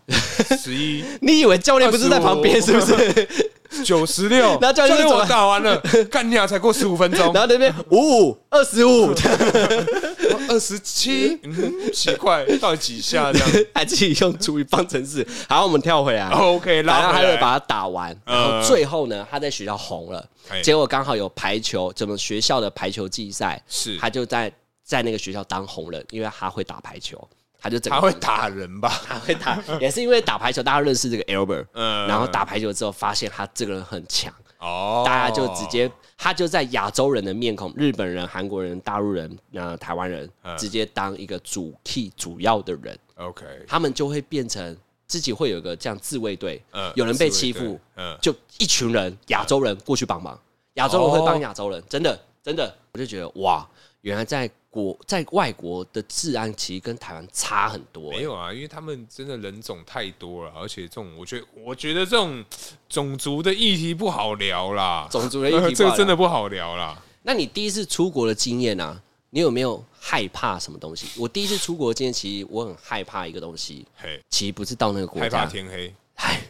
十一
你以为教练不是在旁边是不 是？
九十六，
然后教练就走
我
了
打完 了，干你啊，才过十五分钟
然，后那边五五二十五，
哦二十七，嗯奇怪，到底几下 这样
还自己用主语方程式。好，我们跳回来。
哦？OK，
然
拉
后他
回
就
来，
把他打完，然后
嗯
最后呢，他在学校红了
哎，
结果刚好有排球，怎么学校的排球季赛，
是
他就在在那个学校当红人，因为他会打排球，他就整个
他会打人吧？
他会打，也是因为打排球，大家认识这个 Albert，
嗯
然后打排球之后发现他这个人很强，
哦，
大家就直接他就在亚洲人的面孔，日本人、韩国人、大陆人、呃台湾人，
嗯
直接当一个主 key 主要的人，
OK，
他们就会变成自己会有一个这样自卫队，
嗯
有人被
自卫
欺
队
负，
嗯
就一群人亚洲人过去帮忙，亚洲人会帮亚洲
哦
人，真的真的，我就觉得哇，原来在国在外国的治安其实跟台湾差很多、
没有啊，因为他们真的人种太多了，而且这种我觉得，我觉得这种种族的议题不好聊啦，
种族的议 题不好聊
这个真的不好聊啦。
那你第一次出国的经验啊，你有没有害怕什么东西？我第一次出国的经验，其实我很害怕一个东西，
嘿，
其实不是到那个国
害
家，
怕
哎
天黑，
嗨，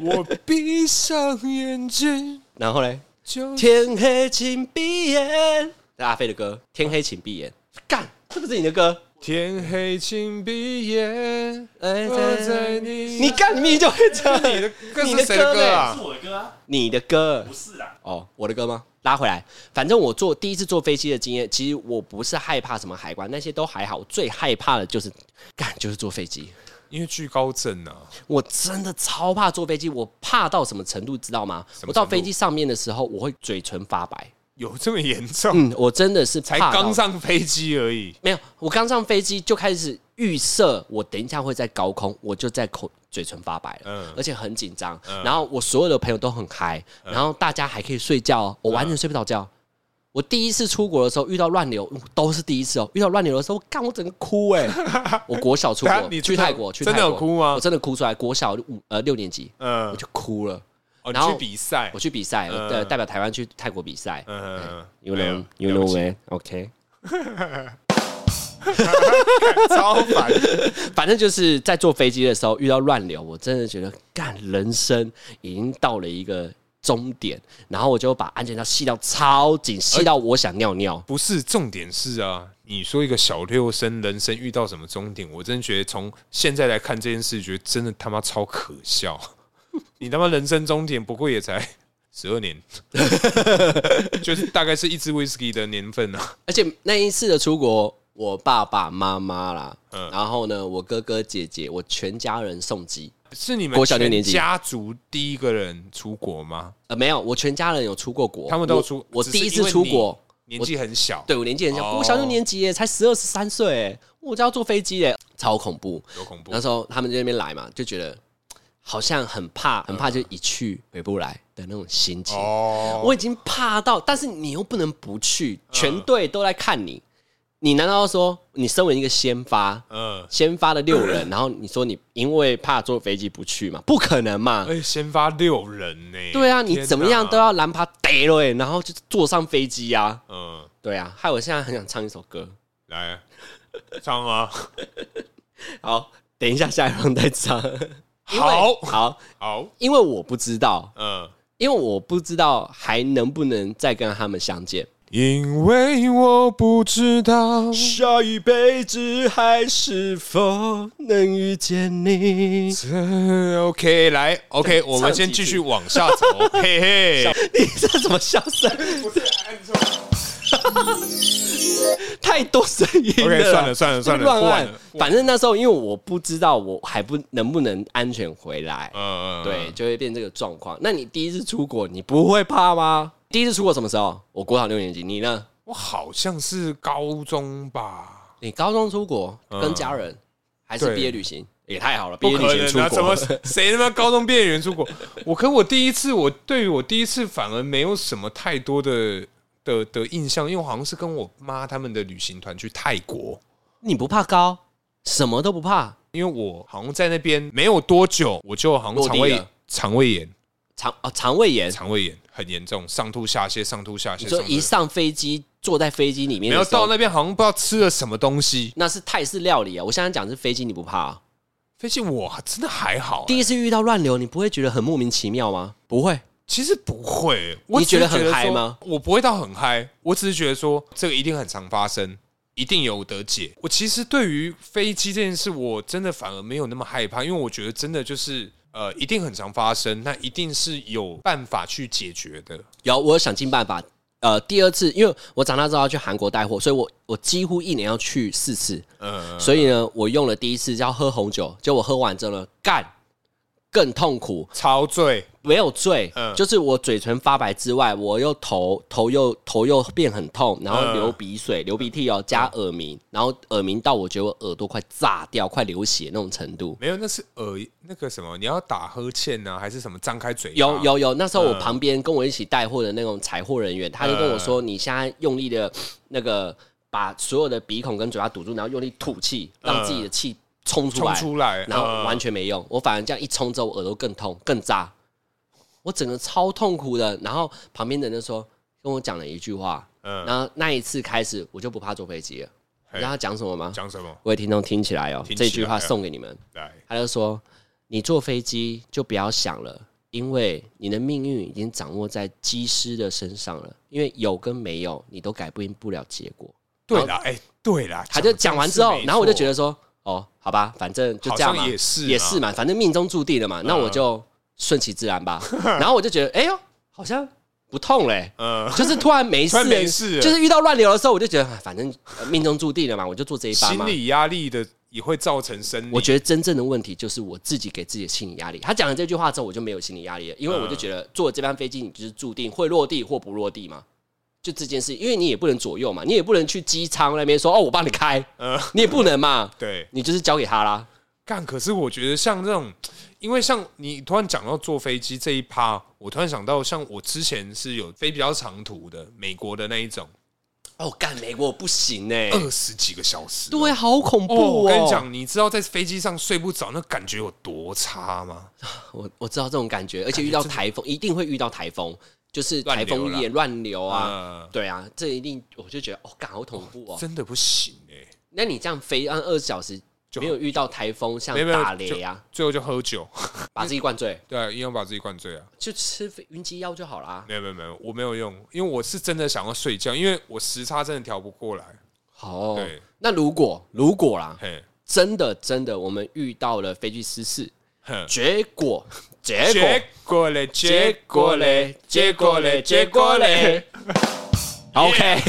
我闭上眼睛
然后嘞，
就
天黑请闭眼，这阿飞的歌，天黑请闭眼，干，这不是你的歌。
天黑请闭眼，
哎
我在你
你干，你明明就会唱
你的歌
你
是
的
谁
歌
的
嘞
歌啊？
我的歌啊，
你的歌
不是啦，
哦，我的歌吗？拉回来，反正我坐第一次坐飞机的经验，其实我不是害怕什么海关，那些都还好，我最害怕的就是干就是坐飞机，
因为惧高症啊，
我真的超怕坐飞机，我怕到什么程度知道吗？
么程度
我到飞机上面的时候，我会嘴唇发白，
有这么严重？
嗯，我真的是
才
怕到哦
刚上飞机而已，
没有，我刚上飞机就开始预设，我等一下会在高空，我就在口嘴唇发白了，
嗯
而且很紧张。然后我所有的朋友都很嗨，然后大家还可以睡觉哦，我完全睡不着
嗯
觉。我第一次出国的时候遇到乱流，嗯都是第一次哦。遇到乱流的时候，干我整个哭 哎、我国小出
等一
国
下，你
去
真的
泰国，去
真的有
泰国
哭吗
我真的哭出来。国小五呃六年级，
嗯
我，就哭了。
哦，你
然后
去比赛
我，去比赛，
嗯
呃，代表台湾去泰国比赛。
嗯
You
哎呦
know, you
了
know
不起
where? OK.
超烦，
反正就是在坐飞机的时候遇到乱流，我真的觉得干人生已经到了一个终点，然后我就把安全带系到超紧，系到我想尿尿。
不是重点是啊，你说一个小六生人生遇到什么终点，我真的觉得从现在来看这件事，觉得真的他妈超可笑。 你他妈人生终点不过也才十二年， 就是大概是一支 whisky 的年份啊。
而且那一次的出国，我爸爸妈妈啦，
嗯
然后呢，我哥哥姐姐，我全家人送机。
是你们
国小六
全
年级
家族第一个人出国吗？
呃，没有，我全家人有出过国，
他们都有
我
出，
我
只
第一
是因
次
为
出
你
国，
年纪很小，
对我年纪很小，
哦
我小六年级耶，才十二十三岁耶，我就要坐飞机耶，超恐怖。
多恐怖
那！时候他们在那边来嘛，就觉得好像很怕，很怕就一去回不来的那种心情。
嗯哦，
我已经怕到，但是你又不能不去，全队都在看你，你难道说你身为一个先发，
嗯，
先发的六 人，然后你说你因为怕坐飞机不去嘛？不可能嘛！
而且先发六人呢，
对啊，你
哎天
怎么样
哪
都，要蓝趴逮了欸，然后就坐上飞机呀、啊。
嗯，
对啊，害我现在很想唱一首歌。
来唱啊，
好，等一下下一轮再唱。因为
好
好，
好，
因为我不知道，
嗯。
因为我不知道还能不能再跟他们相见。
因为我不知道。
下一辈子还是否能遇见你？
这 OK，来 OK，我们先继续往下 走，嘿嘿。
你这怎么笑声？太多声音
OK，
了啦。
算了算了算了
乱
不玩
按
了不玩了
反正那时候因为我不知道我还不能不能安全回来，
嗯，
对，就会变这个状况。那你第一次出国，你不会怕吗？第一次出国什么时候？我国小六年级，你呢？
我好像是高中吧？
你高中出国跟家人，还是
对
毕业旅行？也太好了，毕
嗯不
业旅
可
行
能
出
啊！怎么
国，
谁他妈高中毕业人出国？我可我第一次，我对于我第一次反而没有什么太多的的的印象，因为我好像是跟我妈他们的旅行团去泰国。
你不怕高，什么都不怕。
因为我好像在那边没有多久，我就好像
落地
肠胃
了
肠胃炎，
肠哦，肠胃炎，
肠胃炎很严重，上吐下泻，上吐下泻。
你
上
说
吐下
一
泻
上飞机坐在飞机里面
没
的
有
时候，
到那边，好像不知道吃了什么东西。
那是泰式料理啊。我现在讲是飞机，你不怕、啊？
飞机我真的还好、欸
第一次遇到乱流，你不会觉得很莫名其妙吗？不会，
其实不会，我
你觉
只是
得
觉得
很嗨
说
吗？
我不会到很嗨，我只是觉得说这个一定很常发生，一定有得解。我其实对于飞机这件事，我真的反而没有那么害怕，因为我觉得真的就是呃，一定很常发生，那一定是有办法去解决的。
有我有想尽办法。呃，第二次，因为我长大之后要去韩国带货，所以我我几乎一年要去四次。
呃，
所以呢，我用了第一次叫喝红酒，结果我喝完之后呢，干更痛苦，
超醉，
没有醉，
嗯
就是我嘴唇发白之外，我又头头又头又变很痛，然后
嗯
流鼻水、流鼻涕哦，加耳鸣，然后耳鸣到我觉得我耳朵快炸掉、快流血那种程度。
没有，那是耳那个什么，你要打呵欠啊呢、还是什么？张开嘴巴
有，有有，那时候我旁边跟我一起带货的那种采货人员，他就跟我说，你现在用力的那个把所有的鼻孔跟嘴巴堵住，然后用力吐气，让自己的气冲出
冲
来，嗯
出来，
然后
呃
完全没用。我反而这样一冲之后，我耳朵更痛更扎，我整个超痛苦的。然后旁边的人就说跟我讲了一句话，
嗯
然后那一次开始我就不怕坐飞机了。你知道他讲什么吗？
讲什么？
各位听众听起来哦，
听起
这
来嗯
句话送给你们。
来，
他就说：“你坐飞机就不要想了，因为你的命运已经掌握在机师的身上了。因为有跟没有，你都改变不了结果。
对啦，哎、对啦，
他就讲完之后
是，没
然后我就觉
错
得说，哦，好吧，反正就
好
这样
像
嘛，
也是啊嗯
也是
嘛，
嘛，反正命中注定了嘛，那我就顺其自然 吧。然后我就觉得，哎呦，好像不痛嘞、
呃，
就是突然没事、
突然没事了
就是遇到乱流的时候，我就觉得，哎反正呃命中注定了嘛，我就做这一班嘛
心。理压力的也会造成生理，
我觉得真正的问题就是我自己给自己的心理压力。他讲了这句话之后，我就没有心理压力了，因为我就觉得坐这班飞机，你就是注定会落地或不落地嘛。就这件事，因为你也不能左右嘛，你也不能去机舱那边说哦，我帮你开，
呃
你也不能嘛，
对
你就是交给他啦。
干。可是我觉得像这种，因为像你突然讲到坐飞机这一趴，我突然想到，像我之前是有飞比较长途的，美国的那一种，
哦，干美国我不行呢、
二十几个小时，
对，好恐怖、
哦，
哦
我跟你，讲，你知道在飞机上睡不着那感觉有多差吗？
我我知道这种感觉，而且遇到台风一定会遇到台风，就是台风夜乱流啊，
啊，
对啊，这一定我就觉得哦，干好恐怖哦。
真的不行哎、
那你这样飞按二十小时，
就
没有遇到台风像
没有没有
打雷啊，
最后就喝酒，
把自己灌醉，
对、啊，硬要把自己灌醉啊。
就吃晕机药就好啦。
没有没有没有，我没有用，因为我是真的想要睡觉，因为我时差真的调不过来。
好哦、
对
那如果如果啦，
嘿，
真的真的我们遇到了飞机失事，
哼
结果结果
结果嘞，结果嘞，结果嘞，结果嘞，。
OK，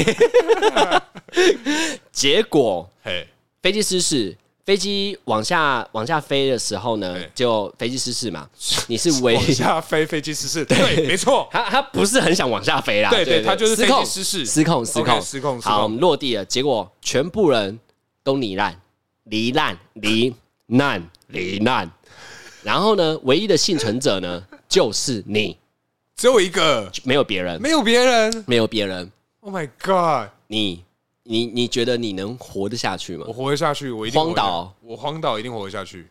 结果
嘿，
飞机失事，飞机往下往下飞的时候呢
对，
就飞机失事 嘛。你是唯，
往下飞飞机失事，对，没错
他他不是很想往下飞啦，
对对他就是
失
飞机
控
失事
失控失
OK，
控
失控失控
好，我们落地了，结果全部人都罹难，罹难罹难罹难。然后呢，唯一的幸存者呢，就是你，
只有一个，
没有别人，
没有别人。
没有别人。
Oh my god！
你你你觉得你能活得下去吗
我？活得下去，我一定活得
荒岛，
我荒岛一定活得下去。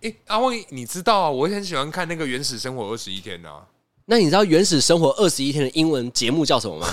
哎，阿旺，你知道啊？我很喜欢看那个《原始生活二十一天》呐。
那你知道《原始生活二十一天》的英文节目叫什么吗？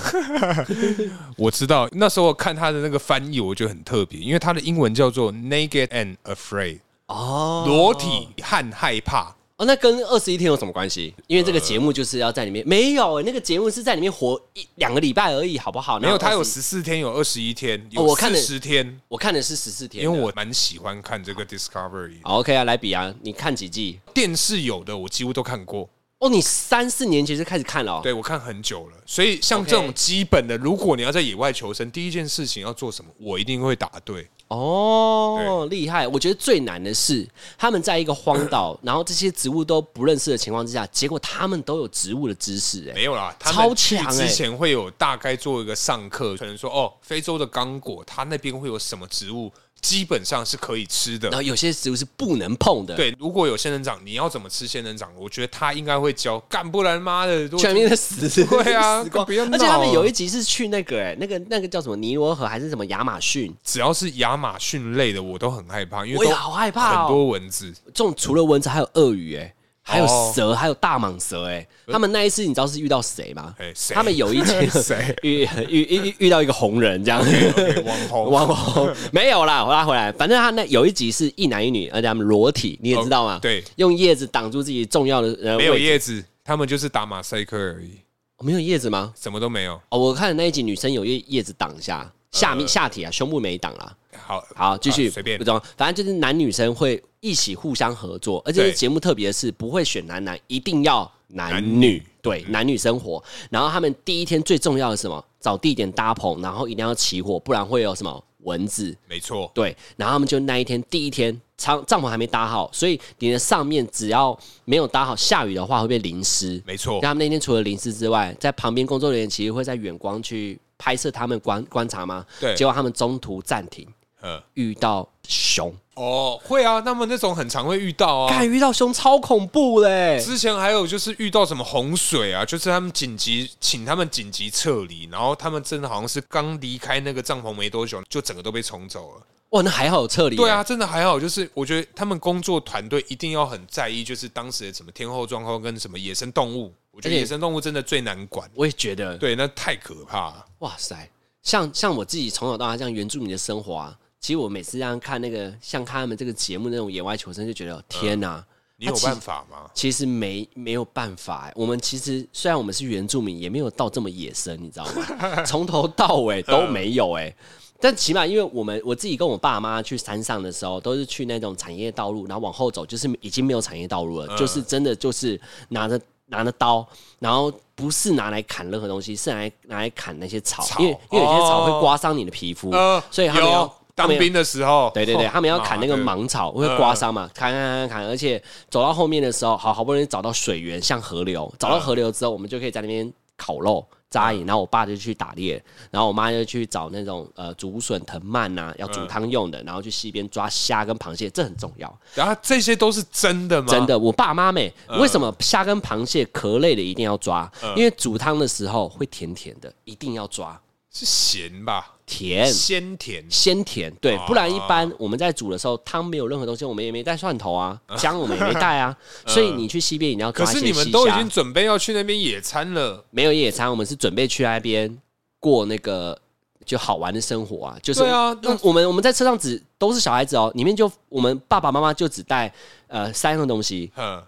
我知道那时候看他的那个翻译，我觉得很特别，因为他的英文叫做 “naked and afraid”，
哦，
裸体和害怕。
哦，那跟二十一天有什么关系？因为这个节目就是要在里
呃
面，没有、那个节目是在里面活一两个礼拜而已，好不好？
没
然
有，
后
它有
20
十四天，有二十一天，
哦
有
我看了
四十天，
我看的是十四天的，
因为我蛮喜欢看这个 Discovery，
好 OK 啊，来比啊，你看几季？
电视有的我几乎都看过，
哦，你三四年前就开始看了、哦，
对我看很久了，所以像这种
OK
基本的，如果你要在野外求生，第一件事情要做什么，我一定会答对。
哦，厉害！我觉得最难的是他们在一个荒岛，然后这些植物都不认识的情况之下，结果他们都有植物的知识、哎，
没有啦，他
超
们去
强欸
之前会有大概做一个上课，可能说哦，非洲的刚果，它那边会有什么植物，基本上是可以吃的
然。后有些植物是不能碰的，，
对，如果有仙人掌，你要怎么吃仙人掌？我觉得他应该会教，干不然妈的，如 果
全面的死，
对 啊
死光
不要闹啊
而且他们有一集是去那个、哎，那个那个叫什么尼罗河还是什么亚马逊，
只要是亚马逊类的，我都很害怕，因为
我也
都
好害怕
很
哦。
多蚊子。
这种除了蚊子，还有鳄鱼、哎。还有
哦
蛇，还有大蟒蛇、哎，他们那一次你知道是遇到谁吗？
哎谁
他们有一天
谁
遇遇遇遇遇到一个红人这样，
对网红，哦
网红没有啦，我拉回来。反正他那有一集是一男一女，而且他们裸体，你也知道吗？
哦对
用叶子挡住自己重要的呃
没有
位置
叶子，他们就是打马赛克而已，
哦没有叶子吗？
什么都没有。
哦，我看的那一集女生有叶叶子挡一下，下面、下体啊，胸部没挡啦。
呃好，
好，继续
啊随便
不懂，反正就是男女生会一起互相合作，而且
对
这节目特别是不会选男男，一定要男女，
男女嗯
对、男女生活。然后他们第一天最重要的是什么？找地点搭棚，然后一定要起火，不然会有什么蚊子。
没错，
对，然后他们就那一天第一天帐帐篷还没搭好，所以你的上面只要没有搭好，下雨的话会被淋湿。
没错
那，他们那天除了淋湿之外，在旁边工作人员其实会在远光去拍摄他们观观察嘛。
对
结果他们中途暂停，
呃，
遇到熊，
哦，会啊，那么那种很常会遇到啊。
看遇到熊超恐怖嘞、
之前还有就是遇到什么洪水啊，就是他们紧急请他们紧急撤离，然后他们真的好像是刚离开那个帐篷没多久，就整个都被冲走了。
哇，那还好有撤离、
对，啊，真的还好，就是我觉得他们工作团队一定要很在意，就是当时的什么天候状况跟什么野生动物，我
而
觉得
且
野生动物真的最难管。
我也觉得，
对，那太可怕了。
哇塞，像像我自己从小到大这样原住民的生活啊，其实我每次这样看那个像看他们这个节目那种野外求生，就觉得天哪、
你有
他其
办法吗？
其实没没有办法欸，我们其实虽然我们是原住民，也没有到这么野生，你知道吗？ 从头到尾都没有哎、但起码因为我们我自己跟我爸妈去山上的时候，都是去那种产业道路，然后往后走就是已经没有产业道路
嗯
了，就是真的就是拿着拿着刀，然后不是拿来砍任何东西，是拿来拿来砍那些草，
草
因为因为有些草会
哦
刮伤你的皮肤，
呃，
所以他们要
有当。
他们要
兵的时候，
对对对，
哦
他们要砍那个
妈的嗯
芒草，会刮伤嘛，砍砍砍砍，而且走到后面的时候，好好不容易找到水源，像河流，
嗯
找到河流之后，我们就可以在那边烤肉、扎营，然后我爸就去打猎，然后我妈就去找那种呃竹笋、藤蔓呐、要煮汤用的，然后去溪边抓虾跟螃蟹，这很重要，
然后这些都是真的吗？
真的。我爸妈们
嗯
为什么虾跟螃蟹壳类的一定要抓？因为煮汤的时候会甜甜的，一定要抓
是咸吧？
甜。
鲜甜
嗯鲜甜，对，
啊
不然一般我们在煮的时候，汤没有任何东西，我们也没带蒜头 啊，姜我们也没带啊，所以你去西边一定要抓
嗯可
一些
是
西
你
虾。
们都已经准备要去那边野餐了，
没有野餐，我们是准备去那边过那个就好玩的生活啊，就是
对啊那
嗯我们我们在车上只都是小孩子哦，里面就我们爸爸妈妈就只带呃三样东西，
哼，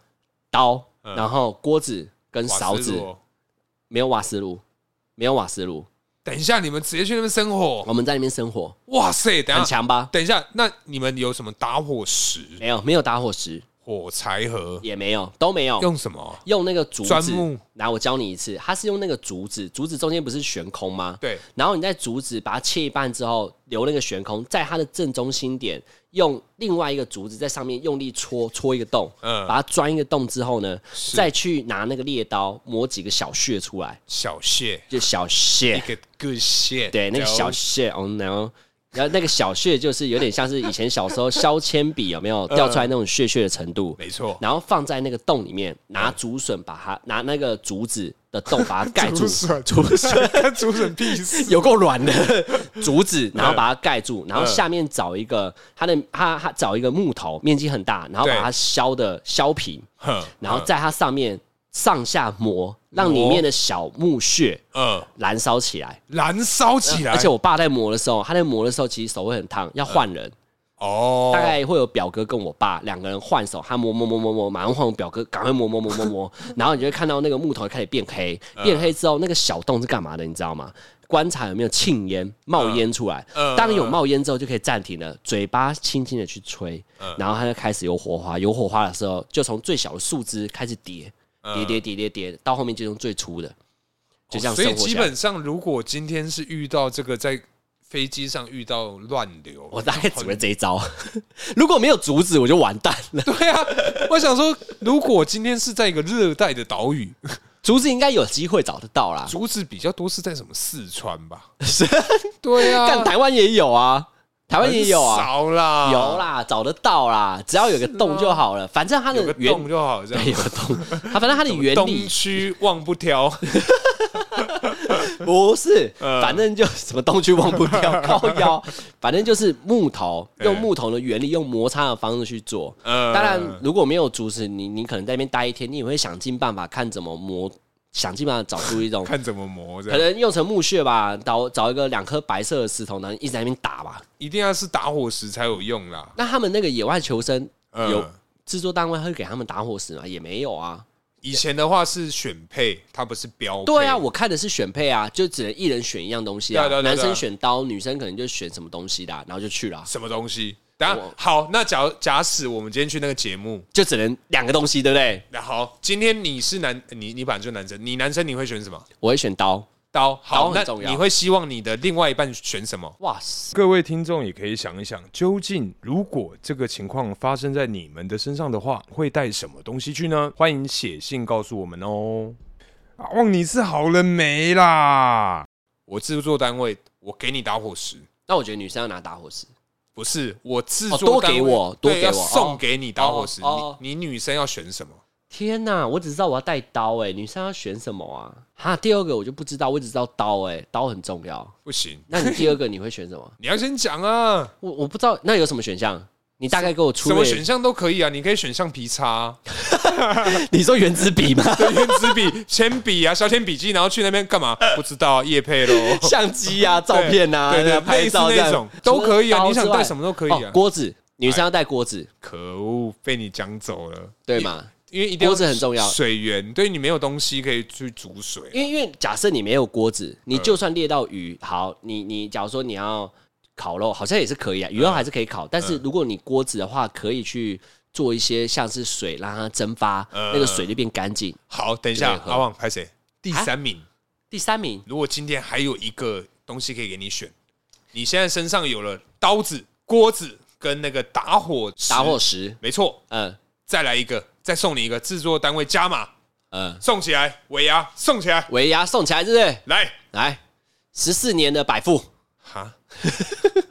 刀，然后锅子跟
嗯瓦斯
勺子，
炉
没有瓦斯炉，没有瓦斯炉，
等一下，你们直接去那边生火，
我们在那边生活，
哇塞！等
哦很
一下，
强吧？
等一下，那你们有什么打火石、
没有，没有打火石，
火柴盒？
也没有，都没有。
用什么？
用那个竹
钻
子
木，
来，我教你一次，它是用那个竹子，竹子中间不是悬空吗？
对，
然后你在竹子把它切一半之后，留那个悬空，在它的正中心点，用另外一个竹子在上面用力戳戳一个洞，
嗯
把它钻一个洞之后呢，再去拿那个猎刀磨几个小穴出来，
小蟹，
就小
一
穴，
个 good shit，
对，那个小穴，oh no。然后那个小穴就是有点像是以前小时候削铅笔有没
嗯
有掉出来那种屑屑的程度，
没错，
然后放在那个洞里面，
嗯
拿竹笋把它拿那个竹子的洞把它盖住，
笋，
竹笋
竹笋屁事，
有够软的竹子，
嗯
然后把它盖住，然后下面找一个它的它它找一个木头，面积很大，然后把
对
它削的削平，
哼
然后在它上面上下磨，让里
磨
面的小木屑
呃，
燃烧起来。
燃烧起来，
而且我爸在磨的时候，他在磨的时候其实手会很烫，要换人。
哦，
大概会有表哥跟我爸两个人换手，他摸摸摸摸摸，马上换我表哥，赶快摸摸摸摸 摸，然后你就会看到那个木头开始变黑，
嗯
变黑之后那个小洞是干嘛的，你知道吗？观察有没有沁烟、冒烟出来
嗯嗯。
当有冒烟之后，就可以暂停了，嘴巴轻轻的去吹，
嗯
然后它就开始有火花。有火花的时候，就从最小的树枝开始叠，
嗯
叠叠叠叠叠，到后面就用最粗的，就这样
哦所
生
以
活
基
下来。
本上，如果今天是遇到这个在飞机上遇到乱流，
我大概只会这一招， 如果没有阻止，我就完蛋了。
对啊，我想说，如果今天是在一个热带的岛屿，
竹子应该有机会找得到啦，
竹子比较多是在什么四川 吧？对啊，
干台湾也有啊，台湾也有啊，
很少啦，
有，啦，找得到啦，只要有个洞就好了。反正它
啊有
的
个
原
洞就好，这
对
样。
有个洞，啊它反正它的原
东
理
区望不 挑，
不是，
嗯
反正就 什么东去忘不 掉，靠腰，反正就是木头，
哎
用木头的原理，用摩擦的方式去做。
呃
当然，如果没有阻止你，你可能在那边待一天，你也会想尽办法看怎么磨，想尽办法找出一种
看怎么磨，这
可
样
能用成木屑吧，找找一个两颗白色的石头，然后一直在那边打吧。
一定要是打火石才有用啦。
那他们那个野外求生
嗯
有制作单位会给他们打火石吗？也没有啊。
以前的话是选配，它不是标配。
对啊，我看的是选配啊，就只能一人选一样东西啊
对啊对啊。对啊
男生选刀，女生可能就选什么东西的啊，然后就去了啊，
什么东西？等下
我
好，那假如假使我们今天去那个节目，
就只能两个东西，对不对？
那好，今天你是男，你你本来就男生，你男生你会选什么？
我会选刀。
刀，好，
刀很
那
重要
你会希望你的另外一半选什么？
哇塞！
各位听众也可以想一想，究竟如果这个情况发生在你们的身上的话，会带什么东西去呢？欢迎写信告诉我们哦。阿旺，你是好人没啦？我制作单位，我给你打火石，
那我觉得女生要拿打火石，
不是我制
哦
作
多
单位、
给我多
对
给
要
我
送
哦
给你打火石。
哦哦
你你女生要选什么？
天哪！我只知道我要带刀哎、女生要选什么啊？哈，第二个我就不知道，我只知道刀哎、刀很重要。
不行，
那你第二个你会选什么？
你要先讲啊，
我我不知道，那有什么选项？你大概给我出
什么
类
选项都可以啊，你可以选项皮擦 啊、
你说原子笔吗？
对原子笔、铅笔啊、削铅笔机，然后去那边干嘛？不知道，啊叶配喽。
相机啊、照片啊、
对对对
拍照这
类似那种
样
都可以啊
除了
你
刀
想
之外
带什么都可以啊
哦哎锅子，女生要带锅子，
可恶，被你讲走了。
对吗？
因为一定要
锅子很重要
水源，对你没有东西可以去煮水。
因为因为假设你没有锅子，你就算猎到鱼，好，你你假如说你要烤肉，好像也是可以啊，鱼肉还是可以烤，但是如果你锅子的话，可以去做一些像是水让它蒸发，那个水就变干净。
好，等一
就可
下
以，喝啊
阿旺拍谁？第三名。
第三名，
如果今天还有一个东西可以给你选，你现在身上有了刀子、锅子跟那个打火石
打火，石，
没错。
嗯
再来一个，再送你一个，制作单位加码
嗯，
送起来，尾牙送起来，
尾牙送起来，是不是？
来
来，十四年的百富。
哈。等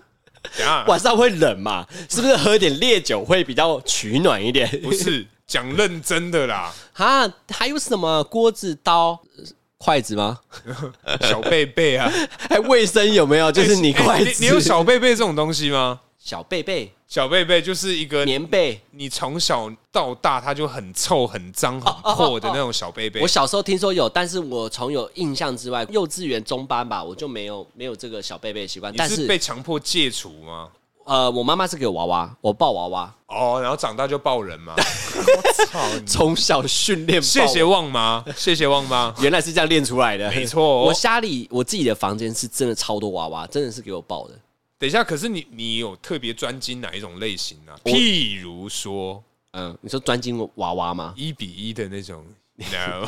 一下
晚上会冷嘛？是不是喝点烈酒会比较取暖一点？
不是讲认真的啦，
啊，还有什么锅子、刀、呃筷子吗？
小贝贝啊，
还卫生有没有？就是你筷子，
欸你你有小贝贝这种东西吗？
小贝贝、
小贝贝就是一个
棉被。
你从小到大它就很臭、很脏、
哦
很破的那种小贝贝
我。小时候听说有，但是我从有印象之外，幼稚园中班吧，我就没有没有这个小贝贝的习惯。
你
但
是
是
被强迫戒除 吗？
呃，我妈妈是给我娃娃，我抱娃娃，
哦，然后长大就抱 人吗？我操你！
从小训练。
谢谢，旺妈，谢谢旺 妈。
原来是这样练出来的。
没错哦
我家里我自己的房间是真的超多娃娃，真的是给我抱的。
等一下，可是你你有特别专精哪一种类型啊？
我
譬如说
嗯，你说专精娃娃吗？
一比一的 那种，no，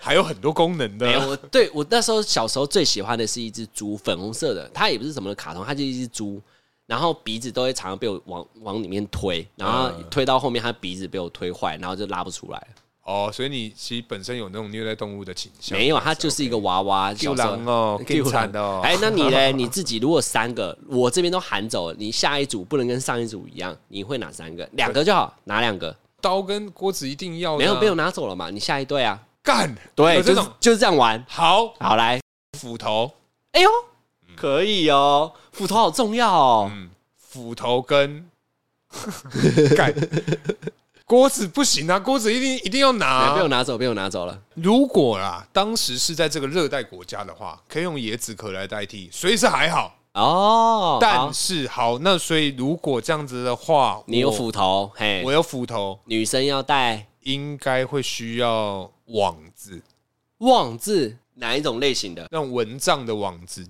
还有很多功能
没有，
的。
呃我对我那时候小时候最喜欢的是一只猪，粉红色的，它也不是什么卡通，它就是一只猪，然后鼻子都会常常被我往往里面推，然后推到后面，它鼻子被我推坏，然后就拉不出来了。
哦，所以你其实本身有那种虐待动物的倾向。
没有，它就是一个娃娃，小时候
狼哦
丢
更惨
狼
哦
哎，那你嘞？你自己如果三个，我这边都喊走了，你下一组不能跟上一组一样，你会哪三个？两个就好，拿两个，
刀跟锅子一定要的啊
没有被我拿走了嘛？你下一队啊？
干，
哦对，
有
就是
这种
就是这样玩。
好
好来，
斧头，
哎呦，可以哦，斧头好重要哦。
嗯，斧头跟 干锅子不行啊，锅子一定一定要拿
对哎被我
啊。
拿走，被我拿走了。
如果啦，当时是在这个热带国家的话，可以用椰子壳来代替，所以是还好。
哦，好
但是好，那所以如果这样子的话，
你有
我
斧头，嘿
我，有斧头，
女生要带
应该会需要网子，
网字哪一种类型的？
那种蚊帐的网子，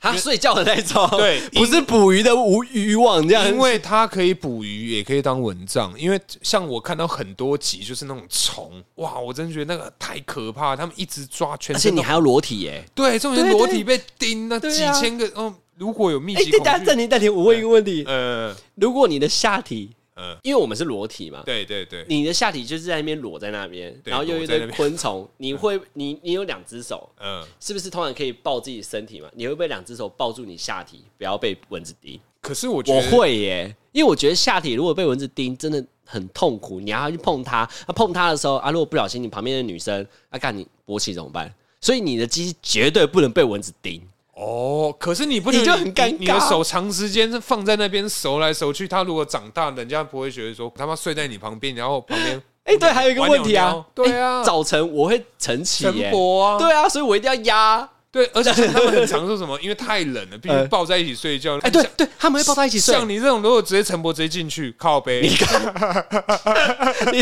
他睡觉的那 种，
对
不是捕鱼的无渔网这样，
因为它可以捕鱼，也可以当蚊帐。因为像我看到很多集，就是那种虫，哇，我真觉得那个太可怕，他们一直抓全
而且
身
你
都，
还要裸体耶、
对，重点是
对对
裸体被叮，那
对
几
啊
千个，嗯，如果有密
哎、
集
大家
恐
暂
惧，
停暂停，我问一个问题：
呃，
如果你的下体，
嗯
因为我们是裸体嘛，
对对对，
你的下体就是在那边裸在那边，嗯
对
然后又有一
裸在
堆
那边
昆虫，你会你你有两只手，
嗯，
是不是通常可以抱自己身体嘛？你会不会两只手抱住你下体，不要被蚊子叮？
可是我觉
我
得
会耶，因为我觉得下体如果被蚊子叮，真的很痛苦。你还要去碰它，啊、碰它的时候啊，如果不小心你旁边的女生啊，干你勃起怎么办？所以你的鸡鸡绝对不能被蚊子叮。
哦，可是你不觉
你就
得
很尴尬
你的手长时间是放在那边熟来熟去，它如果长大，人家不会觉得说他妈睡在你旁边，然后旁边
哎、对，还有一个问题
玩鸟
啊
鸟，对啊
哎早晨我会晨起
陈
耶，
勃啊，
对啊，所以我一定要压。
对，而且他们很常说什么，因为太冷了，必须
呃
抱在一起睡觉。
哎、对对，他们会抱在一起
像，
睡。
像你这种如果直接陈勃直接进去靠背，
你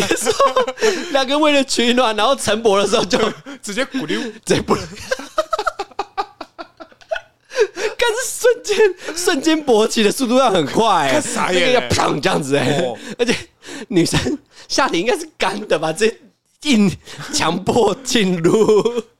是说两个为了取暖，然后晨勃的时候 就
直接鼓溜，
这不能。 但是瞬间瞬间勃起的速度要很快、欸，
傻眼
那个
欸
要砰这样子哎、
哦
而且女生下体应该是干的吧，这硬强迫进入，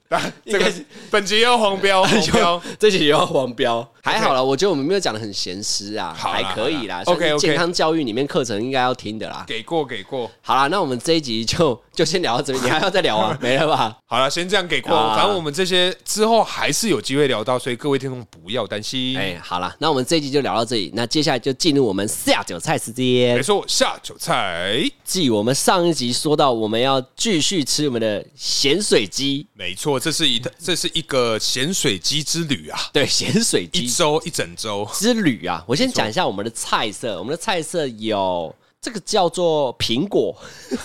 啊这
应该
个
是
本集要黄 标，黄标。
这集也要黄标，还好了，我觉得我们没有讲的很闲湿啊，
好啦
还可以啦
好
算
啦
是
OK，OK
健康教育里面课程应该要听的啦。
给过给过，
好啦，那我们这一集就就先聊到这边，你还要再聊 啊？没了吧？
好了，先这样给过。
啊
反正我们这些之后还是有机会聊到，所以各位听众不要担心。
哎、好啦，那我们这一集就聊到这里，那接下来就进入我们下酒菜时
没
间。
错，下酒菜，
继我们上一集说到，我们要继续吃我们的咸水鸡，
没错，这是一这是一个咸水鸡之旅啊，
对，咸水
一
鸡
周一整周。
之旅啊。我先讲一下我们的菜色，我们的菜色有这个叫做苹果，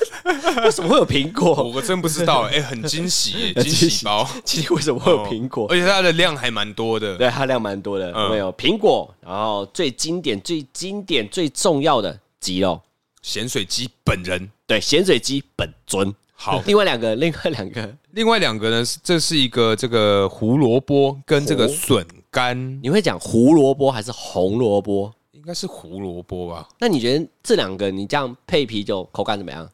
为什么会有苹果？
我真不知道，哎，很惊喜，惊喜包，
其实为什么会有苹果？
而且它的量还蛮多的。
对，它量蛮多的，
哦哎嗯
我们有苹果，然后最经典、最经典、最重要的鸡肉，
咸水鸡本人。
对，咸水鸡本尊。
好
另外两个，另外两个
另外两个呢，是这是一个这个胡萝卜跟这个笋干，
你会讲胡萝卜还是红萝卜？
应该是胡萝卜吧？
那你觉得这两个你这样配啤酒口感怎么样？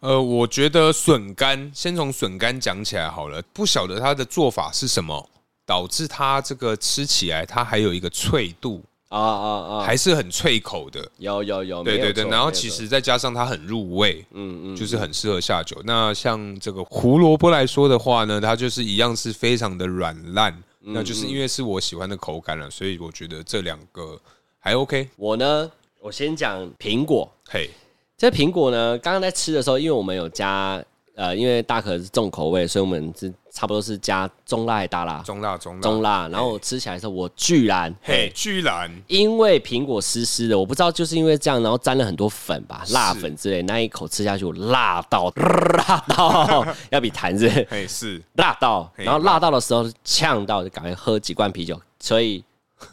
呃，我觉得笋干，先从笋干讲起来好了。不晓得它的做法是什么，导致它这个吃起来它还有一个脆度，
啊啊啊！
还是很脆口的。
有有有，
对
没有
对对，
错
然后
没有
其
错
实再加上它很入味，
嗯嗯，
就是很适合下酒。那像这个胡萝卜来说的话呢，它就是一样是非常的软烂，
嗯
那就是因为是我喜欢的口感了，所以我觉得这两个还 OK。
我呢，我先讲苹果。
嘿，
这苹果呢，刚刚在吃的时候，因为我们有加呃，因为大可是重口味，所以我们是差不多是加中辣还大辣
中辣中辣
中辣。然后我吃起来的时候，我居然
嘿，居然
因为苹果湿湿的，我不知道就是因为这样，然后沾了很多粉吧，辣粉之类，那一口吃下去，我辣到 辣 到，要比痰是
嘿是
辣到，
嘿
然后辣到的时候呛到，就赶快喝几罐啤酒，所 以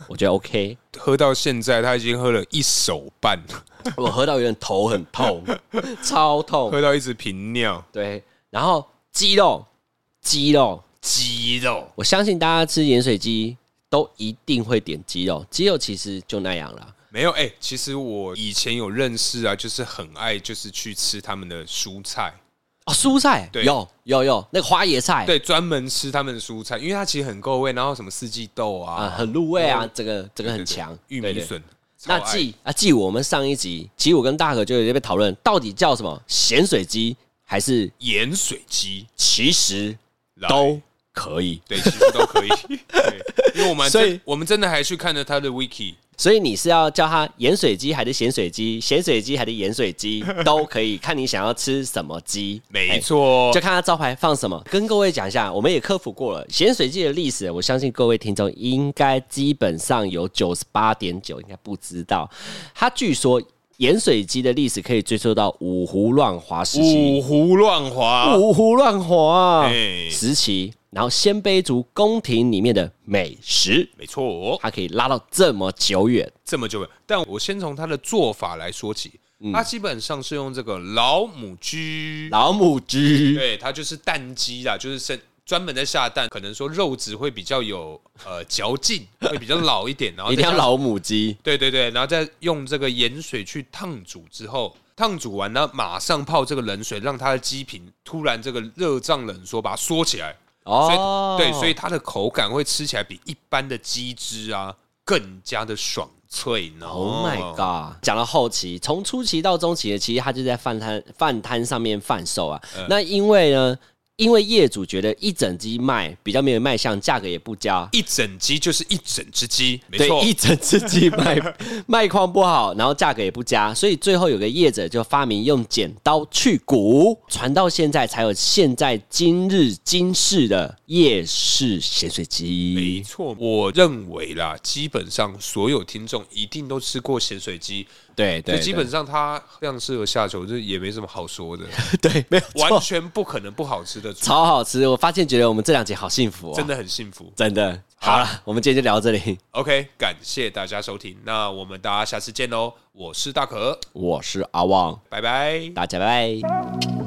我觉得 OK，
喝到现在，他已经喝了一手半，
我喝到有点头很痛， 超痛，
喝到一直频尿，
对，然后鸡肉，鸡肉，
鸡肉
我相信大家吃盐水鸡都一定会点鸡肉，鸡肉其实就那样啦。
没有哎、其实我以前有认识啊，就是很爱就是去吃他们的蔬菜。
哦，蔬菜
对
有有有，那个花椰菜，
对，专门吃他们的蔬菜，因为它其实很够味，然后什么四季豆啊，
啊，很入味啊，这个这个很强，
玉
对
米
对。
笋。
那
超爱
记啊记，我们上一集，其实我跟大可就有在被讨论，到底叫什么咸水鸡，还是
盐水鸡
其实
来
都可以。
对，其实 都可以，对因为我们
所以哎
真我们真的还去看了他的 wiki，
所以你是要叫它盐水鸡，还是咸水鸡？咸水鸡还是盐水 鸡都可以，看你想要吃什么鸡。
没
哎
错
就，看它招牌放什么。跟各位讲一下，我们也科普过了咸水鸡的历史，我相信各位听众应该基本上有九十八点九应该不知道。它据说盐水鸡的历史可以追溯到五胡乱华时期。
五胡乱华，
五胡乱华
哎
时期，然后鲜卑族宫廷里面的美食，
没错，
它可以拉到这么久远。
这么久了。但我先从它的做法来说起，
嗯
它基本上是用这个老母鸡，
老母鸡，
对，它就是蛋鸡啦，就是生专门在下蛋，可能说肉质会比较有呃嚼劲，会比较老哦一点，然 后
一定要
再加上，
老母鸡，
对对对，然后再用这个盐水去烫煮之后。烫煮完呢，马上泡这个冷水，让它的鸡皮突然这个热胀冷缩，把它缩起来。
哦，
所以对，所以它的口感会吃起来比一般的鸡汁啊更加的爽脆呢。
Oh my
哦
god！讲到后期，从初期到中期，其实他就在饭摊饭摊上面贩售啊。
嗯
那因为呢，因为业主觉得一整鸡卖比较没有卖相，价格也不高，
一整鸡就是一整只鸡，没
对
错，，
一整只鸡卖 卖况不好，然后价格也不佳，所以最后有个业者就发明用剪刀去骨，传到现在才有现在今日今世的夜市咸水
没
鸡。
错。我认为啦，基本上所有听众一定都吃过咸水鸡，
对
就
对，
基本上它非常适合下酒，这也没什么好说的，
对对没 有
完
错，
全不可能不好吃 的，
超好吃。我发现觉得我们这两集好幸福哦，
真的很幸福。
真的。好了，我们今天就聊到这里。
OK，感谢大家收听，那我们哦大家下次见喽。我是大可，
我是阿旺，
拜拜。
大家拜拜。